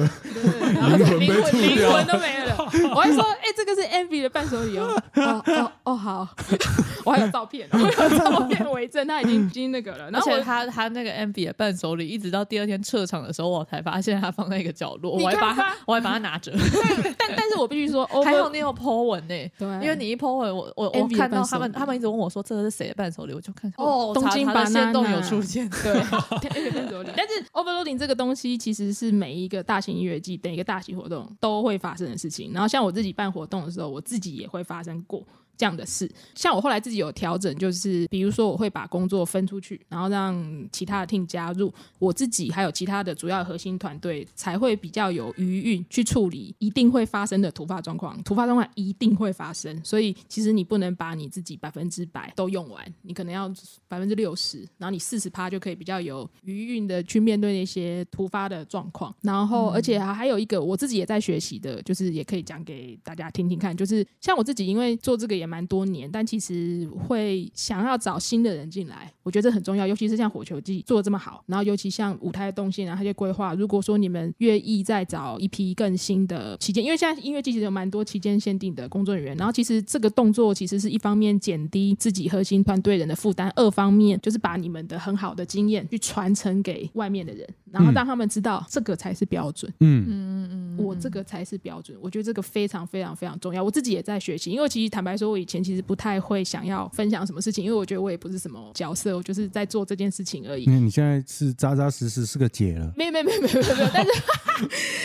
Speaker 4: 然后
Speaker 1: 灵魂
Speaker 4: 灵魂
Speaker 1: 被
Speaker 4: 灵
Speaker 1: 吐
Speaker 4: 魂
Speaker 1: 掉
Speaker 4: 都没了，我还说，哎、这个是 MV 的伴手礼哦， 哦哦哦好， 我还有照片，我有照片为证，他已经已经那个了，
Speaker 5: 而
Speaker 4: 然后
Speaker 5: 且
Speaker 4: 我。
Speaker 5: 他他那个 MV 的伴手礼，一直到第二天撤场的时候，我才发现他放在一个角落，
Speaker 4: 你
Speaker 5: 我还
Speaker 4: 看
Speaker 5: 把它
Speaker 4: 吧
Speaker 5: 我还把它拿着。
Speaker 4: 但但是 我必哎须说，
Speaker 5: 还好
Speaker 4: over
Speaker 5: 你有 po 文呢、
Speaker 4: 对
Speaker 5: 因为你一 po 文，我我我
Speaker 4: Envy
Speaker 5: 看
Speaker 4: 的
Speaker 5: 到
Speaker 4: 伴手
Speaker 5: 他们，
Speaker 4: 礼
Speaker 5: 他们一直问我说这个是谁的伴手礼，我就看
Speaker 4: 哦
Speaker 5: 查
Speaker 4: 东京
Speaker 5: 查的线动
Speaker 4: banana
Speaker 5: 有出现，
Speaker 4: 对，但是 overloading 这个东西其实是每一个大型音乐季、每一个大型活动都会发生的事情。然后像我自己办活动的时候，我自己也会发生过这样的事。像我后来自己有调整，就是比如说我会把工作分出去，然后让其他的 team 加入，我自己还有其他的主要核心团队才会比较有余韵去处理一定会发生的突发状况。突发状况一定会发生，所以其实你不能把你自己百分之百都用完，你可能要百分之六十，然后你四十趴就可以比较有余韵的去面对那些突发的状况。然后，而且还还有一个我自己也在学习的，就是也可以讲给大家听听看，就是像我自己，因为做这个也蛮多年，但其实会想要找新的人进来，我觉得这很重要，尤其是像火球季做的这么好，然后尤其像舞台的动线啊，它些规划，如果说你们愿意再找一批更新的期间，因为现在音乐季其实有蛮多期间限定的工作人员，然后其实这个动作其实是一方面减低自己核心团队人的负担，二方面就是把你们的很好的经验去传承给外面的人，然后让他们知道这个才是标准。
Speaker 1: 嗯，
Speaker 4: 我这个才是标准。我觉得这个非常非常非常重要。我自己也在学习，因为其实坦白说，我以前其实不太会想要分享什么事情，因为我觉得我也不是什么角色，我就是在做这件事情而已。
Speaker 1: 你看你现在是扎扎实实是个姐了。
Speaker 4: 没有没有没有没有没有没有，但是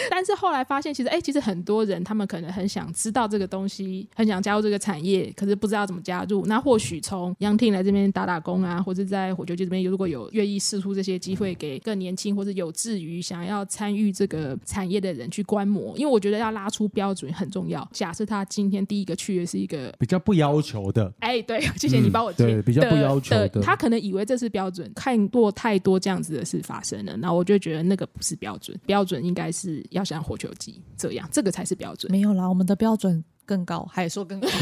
Speaker 4: 但是后来发现，其实哎、其实很多人他们可能很想知道这个东西，很想加入这个产业，可是不知道怎么加入。那或许从 Young Team 来这边打打工啊，或者在火球季这边，如果有愿意试出这些机会给更年轻或者有志于想要参与这个产业的人去观摩，因为我觉得要拉出标准很重要。假设他今天第一个去的是一个
Speaker 1: 比较不要求的，
Speaker 4: 哎，对， 谢谢你帮我接、
Speaker 1: 嗯对比较不要求的
Speaker 4: 他可能以为这是标准，看过太多这样子的事发生了，那我就觉得那个不是标准，标准应该是要像火球机这样，这个才是标准。
Speaker 2: 没有啦，我们的标准更高，还说 更高，
Speaker 1: 前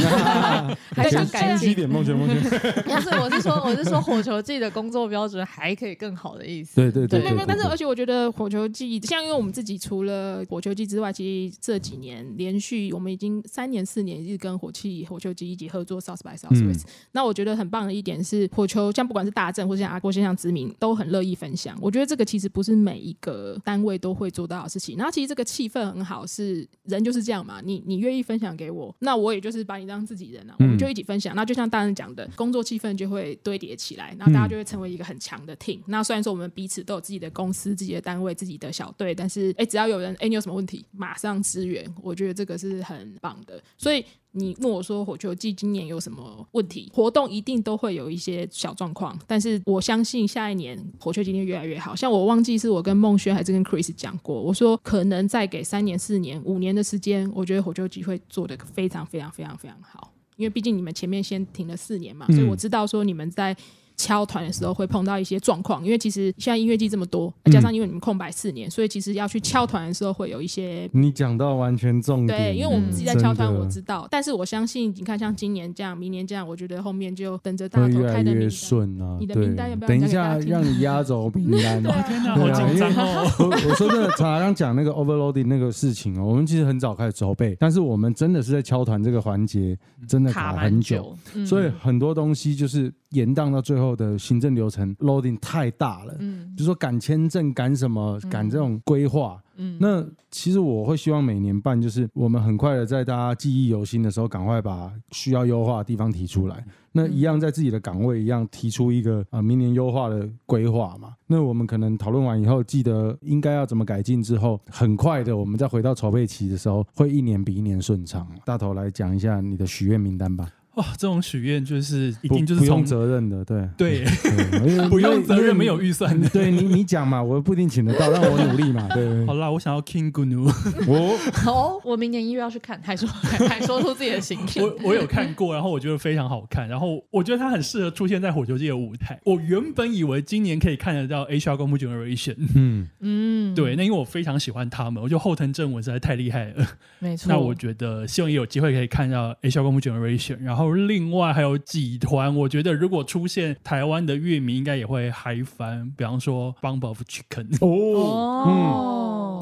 Speaker 2: 还想改
Speaker 1: 谦虚一
Speaker 2: 进。
Speaker 1: 点，梦泉梦泉，
Speaker 2: 不是，我是说，我是说火球季的工作标准还可以更好的意思。
Speaker 1: 对对对
Speaker 4: 没有没有，但是
Speaker 1: 对
Speaker 4: 而且我觉得火球季，像因为我们自己除了火球季之外，其实这几年连续我们已经三年四年一直跟火气火球季一起合作 South by Southwest、那我觉得很棒的一点是，火球像不管是大正或是像阿郭先像殖民，都很乐意分享。我觉得这个其实不是每一个单位都会做到的事情。然后其实这个气氛很好，是人就是这样嘛，你你愿意分享给我，那我也就是把你当自己人啊，我们就一起分享。那就像大人讲的，工作气氛就会堆叠起来，然后大家就会成为一个很强的 team。那虽然说我们彼此都有自己的公司、自己的单位、自己的小队，但是哎，只要有人哎你有什么问题，马上支援，我觉得这个是很棒的。所以你问我说火球季今年有什么问题？活动一定都会有一些小状况，但是我相信下一年火球季一定越来越好。像我忘记是我跟孟轩还是跟 Chris 讲过，我说可能再给三年、四年、五年的时间，我觉得火球季会做的非常非常非常非常好。因为毕竟你们前面先停了四年嘛，所以我知道说你们在敲团的时候会碰到一些状况，因为其实现在音乐季这么多，加上因为你们空白四年，所以其实要去敲团的时候会有一些
Speaker 1: 你讲到完全重点，
Speaker 4: 对，因为我们自己
Speaker 1: 嗯
Speaker 4: 在
Speaker 1: 真
Speaker 4: 敲团，
Speaker 1: 的
Speaker 4: 我知道，但是我相信，你看像今年这样，明年这样，我觉得后面就等着大
Speaker 1: 会
Speaker 4: 头
Speaker 1: 越
Speaker 4: 开
Speaker 1: 来
Speaker 4: 的名
Speaker 1: 越
Speaker 4: 单。
Speaker 1: 顺啊。
Speaker 4: 你的
Speaker 1: 对
Speaker 4: 名单要不要
Speaker 1: 等一
Speaker 4: 讲给大
Speaker 1: 下
Speaker 4: 家听
Speaker 1: 让你压 轴名单？
Speaker 4: 对啊
Speaker 3: 天哪，
Speaker 1: 对
Speaker 3: 好
Speaker 1: 啊
Speaker 3: 紧张哦！
Speaker 1: 我我说真的，常常讲那个 overloading 那个事情哦，我们其实很早开始筹备，但是我们真的是在敲团这个环节
Speaker 4: 嗯
Speaker 1: 真的
Speaker 2: 卡
Speaker 1: 卡
Speaker 2: 蛮
Speaker 1: 很久，嗯
Speaker 2: 久，
Speaker 1: 所以很多东西就是延宕到最后的行政流程 loading 太大了。
Speaker 2: 嗯
Speaker 1: 比如说赶签证、赶什么、赶这种规划，
Speaker 2: 嗯，
Speaker 1: 那其实我会希望每年办，就是我们很快的在大家记忆犹新的时候，赶快把需要优化的地方提出来。那一样在自己的岗位一样提出一个呃明年优化的规划嘛。那我们可能讨论完以后，记得应该要怎么改进之后，很快的我们再回到筹备期的时候，会一年比一年顺畅。大头来讲一下你的许愿名单吧，
Speaker 3: 哇，这种许愿就是一
Speaker 1: 不
Speaker 3: 定就是
Speaker 1: 不用
Speaker 3: 从
Speaker 1: 责任的，对
Speaker 3: 对
Speaker 1: 对 因为
Speaker 3: 不用责
Speaker 1: 因为
Speaker 3: 任没有预算的。
Speaker 1: 嗯对你你讲嘛，我不一定请得到，但我努 力嘛，对对
Speaker 3: 好
Speaker 1: 对，
Speaker 3: 啦，我想要 King Gnu，
Speaker 1: 我
Speaker 2: 哦，我明年一月要去看，还说 还还说出自己的心情。
Speaker 3: 我我有看过，然后我觉得非常好看，然后我觉得它很适合出现在火球界的舞台。我原本以为今年可以看得到 HR 公布 Generation，
Speaker 1: 嗯。
Speaker 2: 嗯，
Speaker 3: 对，那因为我非常喜欢他们，我觉得后藤正文实在太厉害了。
Speaker 2: 没错。
Speaker 3: 那我觉得希望也有机会可以看到 HR 公布 Generation，然后另外还有几团，我觉得如果出现台湾的乐迷，应该也会嗨翻，比方说 Bump of Chicken。
Speaker 1: 哦，
Speaker 2: 哦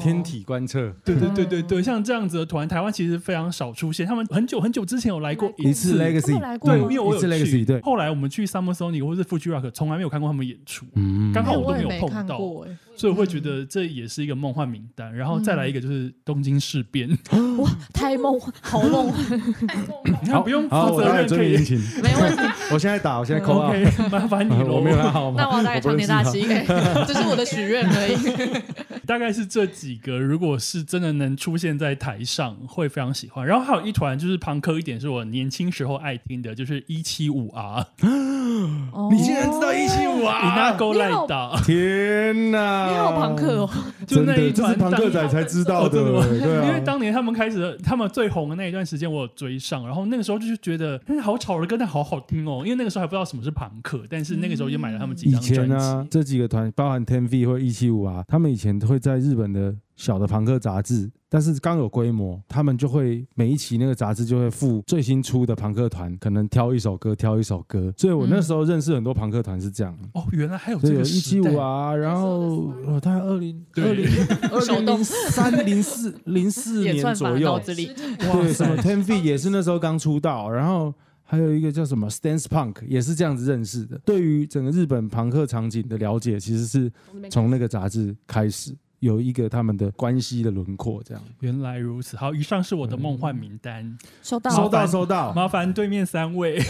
Speaker 1: 嗯，，天体观测
Speaker 3: 对对对对
Speaker 1: 嗯
Speaker 3: 对，像这样子的团，台湾其实非常少出现。他们很久很久之前有来过
Speaker 1: 一
Speaker 3: 次
Speaker 1: 次
Speaker 2: 他
Speaker 1: Legacy，
Speaker 2: 们来过
Speaker 3: 对，
Speaker 2: 吗
Speaker 3: 因为我
Speaker 1: 一次
Speaker 3: 有
Speaker 1: Legacy，
Speaker 3: 去。
Speaker 1: 对
Speaker 3: 后来我们去 Summer Sonic 或是 Fuji Rock，从来没有看过他们演出，
Speaker 1: 嗯
Speaker 3: 刚
Speaker 2: 哎
Speaker 3: 好我都
Speaker 2: 我也
Speaker 3: 没有碰
Speaker 2: 看
Speaker 3: 到
Speaker 2: 过哎。
Speaker 3: 所以我会觉得这也是一个梦幻名单。然后再来一个就是东京事变，
Speaker 1: 嗯
Speaker 2: 太梦幻，好梦幻，
Speaker 3: 你看不用
Speaker 1: 好，
Speaker 3: 负
Speaker 1: 我
Speaker 3: 责
Speaker 1: 来
Speaker 3: 任可
Speaker 1: 追
Speaker 3: 以
Speaker 1: 殷勤，
Speaker 2: 没问题。
Speaker 1: 我现在打，我现 在扣啊，
Speaker 3: ，OK，麻 烦你喽。
Speaker 1: 我没有他好吗？
Speaker 2: 那我要打给长
Speaker 1: 我不
Speaker 2: 田
Speaker 1: 认识他
Speaker 2: 大喜， 这是我的许愿而已。
Speaker 3: 大概是这几个，如果是真的能出现在台上，会非常喜欢。然后还有一团就是朋克一点，是我年轻时候爱听的，就是一七五
Speaker 1: 啊
Speaker 3: R，
Speaker 2: 哦
Speaker 1: 你竟然知道一七五
Speaker 3: 伊纳
Speaker 1: 啊！
Speaker 3: 沟赖达，
Speaker 1: 天哪！
Speaker 2: 你好朋克哦，
Speaker 3: 就
Speaker 1: 真
Speaker 3: 那一
Speaker 1: 的，这
Speaker 3: 团
Speaker 1: 是朋
Speaker 3: 当。
Speaker 1: 克仔才知道
Speaker 3: 哦真的吗
Speaker 1: 对
Speaker 3: 因为
Speaker 1: 啊。
Speaker 3: 当年他们开始，他们最红的那一段时间，我有追上，然后那个时候就是觉得，但是好吵的歌，但好好听哦。因为那个时候还不知道什么是朋克，但是那个时候就买了他们几
Speaker 1: 以
Speaker 3: 张
Speaker 1: 前
Speaker 3: 专
Speaker 1: 呢
Speaker 3: 辑，。
Speaker 1: 这几个团包含 Ten V 或一七五啊，他们以前会在日本的小的朋克杂志，但是刚有规模，他们就会每一期那个杂志就会附最新出的朋克团，可能挑一首歌，挑一首歌。所以我那时候认识很多朋克团是这样，
Speaker 3: 哦，原来还有
Speaker 1: 对，
Speaker 3: 这
Speaker 1: 有
Speaker 3: 哦个
Speaker 1: 一七
Speaker 3: 时代
Speaker 1: 五，啊，然后我大概二零二零
Speaker 3: 对，
Speaker 1: 二零零三零 四零四
Speaker 2: 也
Speaker 1: 年
Speaker 2: 算吧，
Speaker 1: 左
Speaker 2: 脑
Speaker 1: 右，
Speaker 2: 子 里。
Speaker 3: 哇
Speaker 1: 对，
Speaker 3: 塞
Speaker 1: 什么 Ten Feet 也是那时候刚出道，然后还有一个叫什么 Stance Punk 也是这样子认识的。对于整个日本朋克场景的了解，其实是从那个杂志开始有一个他们的关系的轮廓，这样。
Speaker 3: 原来如此。好，以上是我的梦幻名单，
Speaker 2: 收到，
Speaker 1: 收到，
Speaker 3: 烦
Speaker 1: 收到。
Speaker 3: 麻烦对面三位。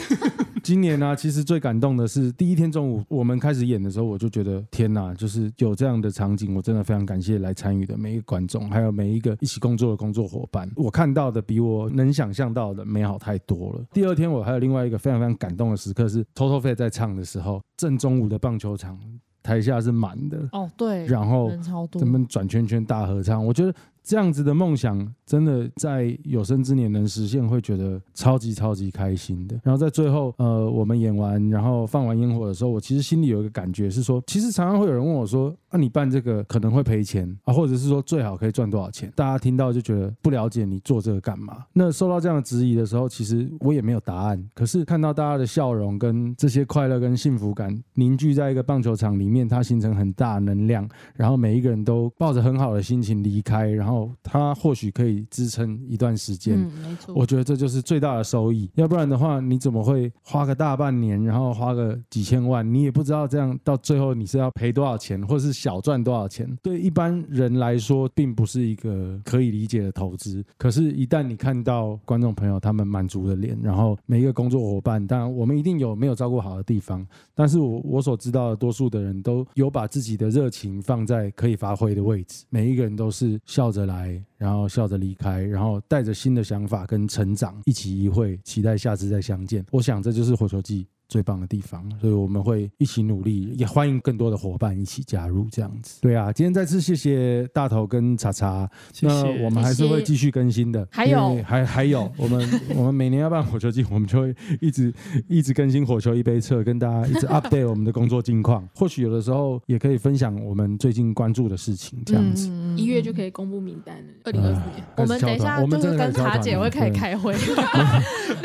Speaker 1: 今年呢、其实最感动的是第一天中午我们开始演的时候，我就觉得天哪，就是有这样的场景，我真的非常感谢来参与的每一个观众，还有每一个一起工作的工作伙伴。我看到的比我能想象到的美好太多了。第二天，我还有另外一个非常非常感动的时刻是 Total Fate 在唱的时候，正中午的棒球场台下是满的，
Speaker 2: 哦，对，
Speaker 1: 然后
Speaker 2: 人超多
Speaker 1: 他，们转圈圈大合唱，我觉得这样子的梦想，真的在有生之年能实现，会觉得超级超级开心的。然后在最后，呃，我们演完，然后放完烟火的时候，我其实心里有一个感觉是说，其实常常会有人问我说，啊，你办这个可能会赔钱啊，或者是说最好可以赚多少钱？大家听到就觉得不了解你做这个干嘛。那受到这样的质疑的时候，其实我也没有答案。可是看到大家的笑容跟这些快乐跟幸福感凝聚在一个棒球场里面，它形成很大的能量，然后每一个人都抱着很好的心情离开，然后它或许可以支撑一段时间。
Speaker 4: 嗯，没错，
Speaker 1: 我觉得这就是最大的收益，要不然的话，你怎么会花个大半年，然后花个几千万，你也不知道这样到最后你是要赔多少钱，或是小赚多少钱？对一般人来说，并不是一个可以理解的投资。可是，一旦你看到观众朋友他们满足的脸，然后每一个工作伙伴，当然我们一定有没有照顾好的地方，但是我我所知道的多数的人都有把自己的热情放在可以发挥的位置，每一个人都是笑着来，然后笑着离开，然后带着新的想法跟成长，一期一会，期待下次再相见。我想这就是火球季最棒的地方，所以我们会一起努力，也欢迎更多的伙伴一起加入这样子。对啊，今天再次谢谢大头跟查查，
Speaker 3: 谢
Speaker 1: 那
Speaker 3: 谢
Speaker 1: 我们还是会继续更新的，
Speaker 5: 还有
Speaker 1: 因为还 还有，我们我们每年要办火球季，我们就会一直一直更新火球一杯测，跟大家 一直 update 我们的工作近况。或许有的时候也可以分享我们最近关注的事情，这样子。
Speaker 2: 嗯
Speaker 4: 一月就可以公布名单了，二零二四 年。
Speaker 5: 嗯我们等一下
Speaker 1: 我们
Speaker 5: 就
Speaker 1: 真
Speaker 5: 是
Speaker 1: 的
Speaker 5: 跟卡姐会可以
Speaker 1: 开始
Speaker 5: 开 会，
Speaker 1: 敲 团。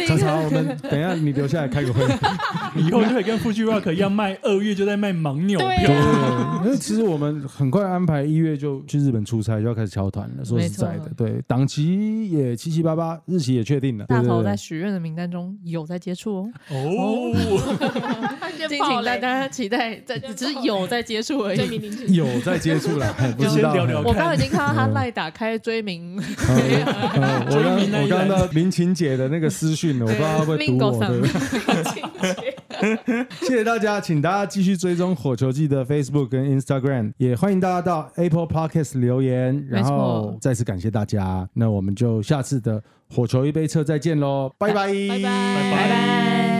Speaker 1: 查查，我们等一下你留下来开个会。
Speaker 3: 以后就可以跟 Fuji Rock 一样卖二月就在卖盲扭
Speaker 5: 对
Speaker 3: 票。
Speaker 1: 对，啊因为其实我们很快安排一月就去日本出差，就要开始敲团了。说实在
Speaker 5: 没
Speaker 1: 的
Speaker 5: 错，
Speaker 1: 对，档期也七七八八，日期也确定了。
Speaker 5: 大
Speaker 1: 对对
Speaker 5: 头
Speaker 1: 对
Speaker 5: 在许愿的名单中有在接触哦，
Speaker 3: 哦，
Speaker 4: 敬
Speaker 5: 敬请 大家期待，在只是有在接触而
Speaker 4: 追
Speaker 5: 已。
Speaker 4: 名 林
Speaker 1: 有在接触了，不知道。
Speaker 3: 先聊聊
Speaker 5: 我刚刚已经看到他赖打开追名，
Speaker 1: 嗯嗯我
Speaker 3: 终于
Speaker 1: 刚
Speaker 3: 那
Speaker 1: 我
Speaker 3: 一
Speaker 1: 刚
Speaker 3: 栏
Speaker 1: 到林琴姐的那个私讯了，我不知道会不会读我。
Speaker 5: Mingo-san
Speaker 1: 对， 谢谢大家，请大家继续追踪火球季的 Facebook 跟 Instagram，也欢迎大家到 Apple Podcast 留言。然后
Speaker 5: 错
Speaker 1: 再次感谢大家，那我们就下次的火球一杯车再见喽，拜拜，
Speaker 4: 拜拜
Speaker 3: 拜拜。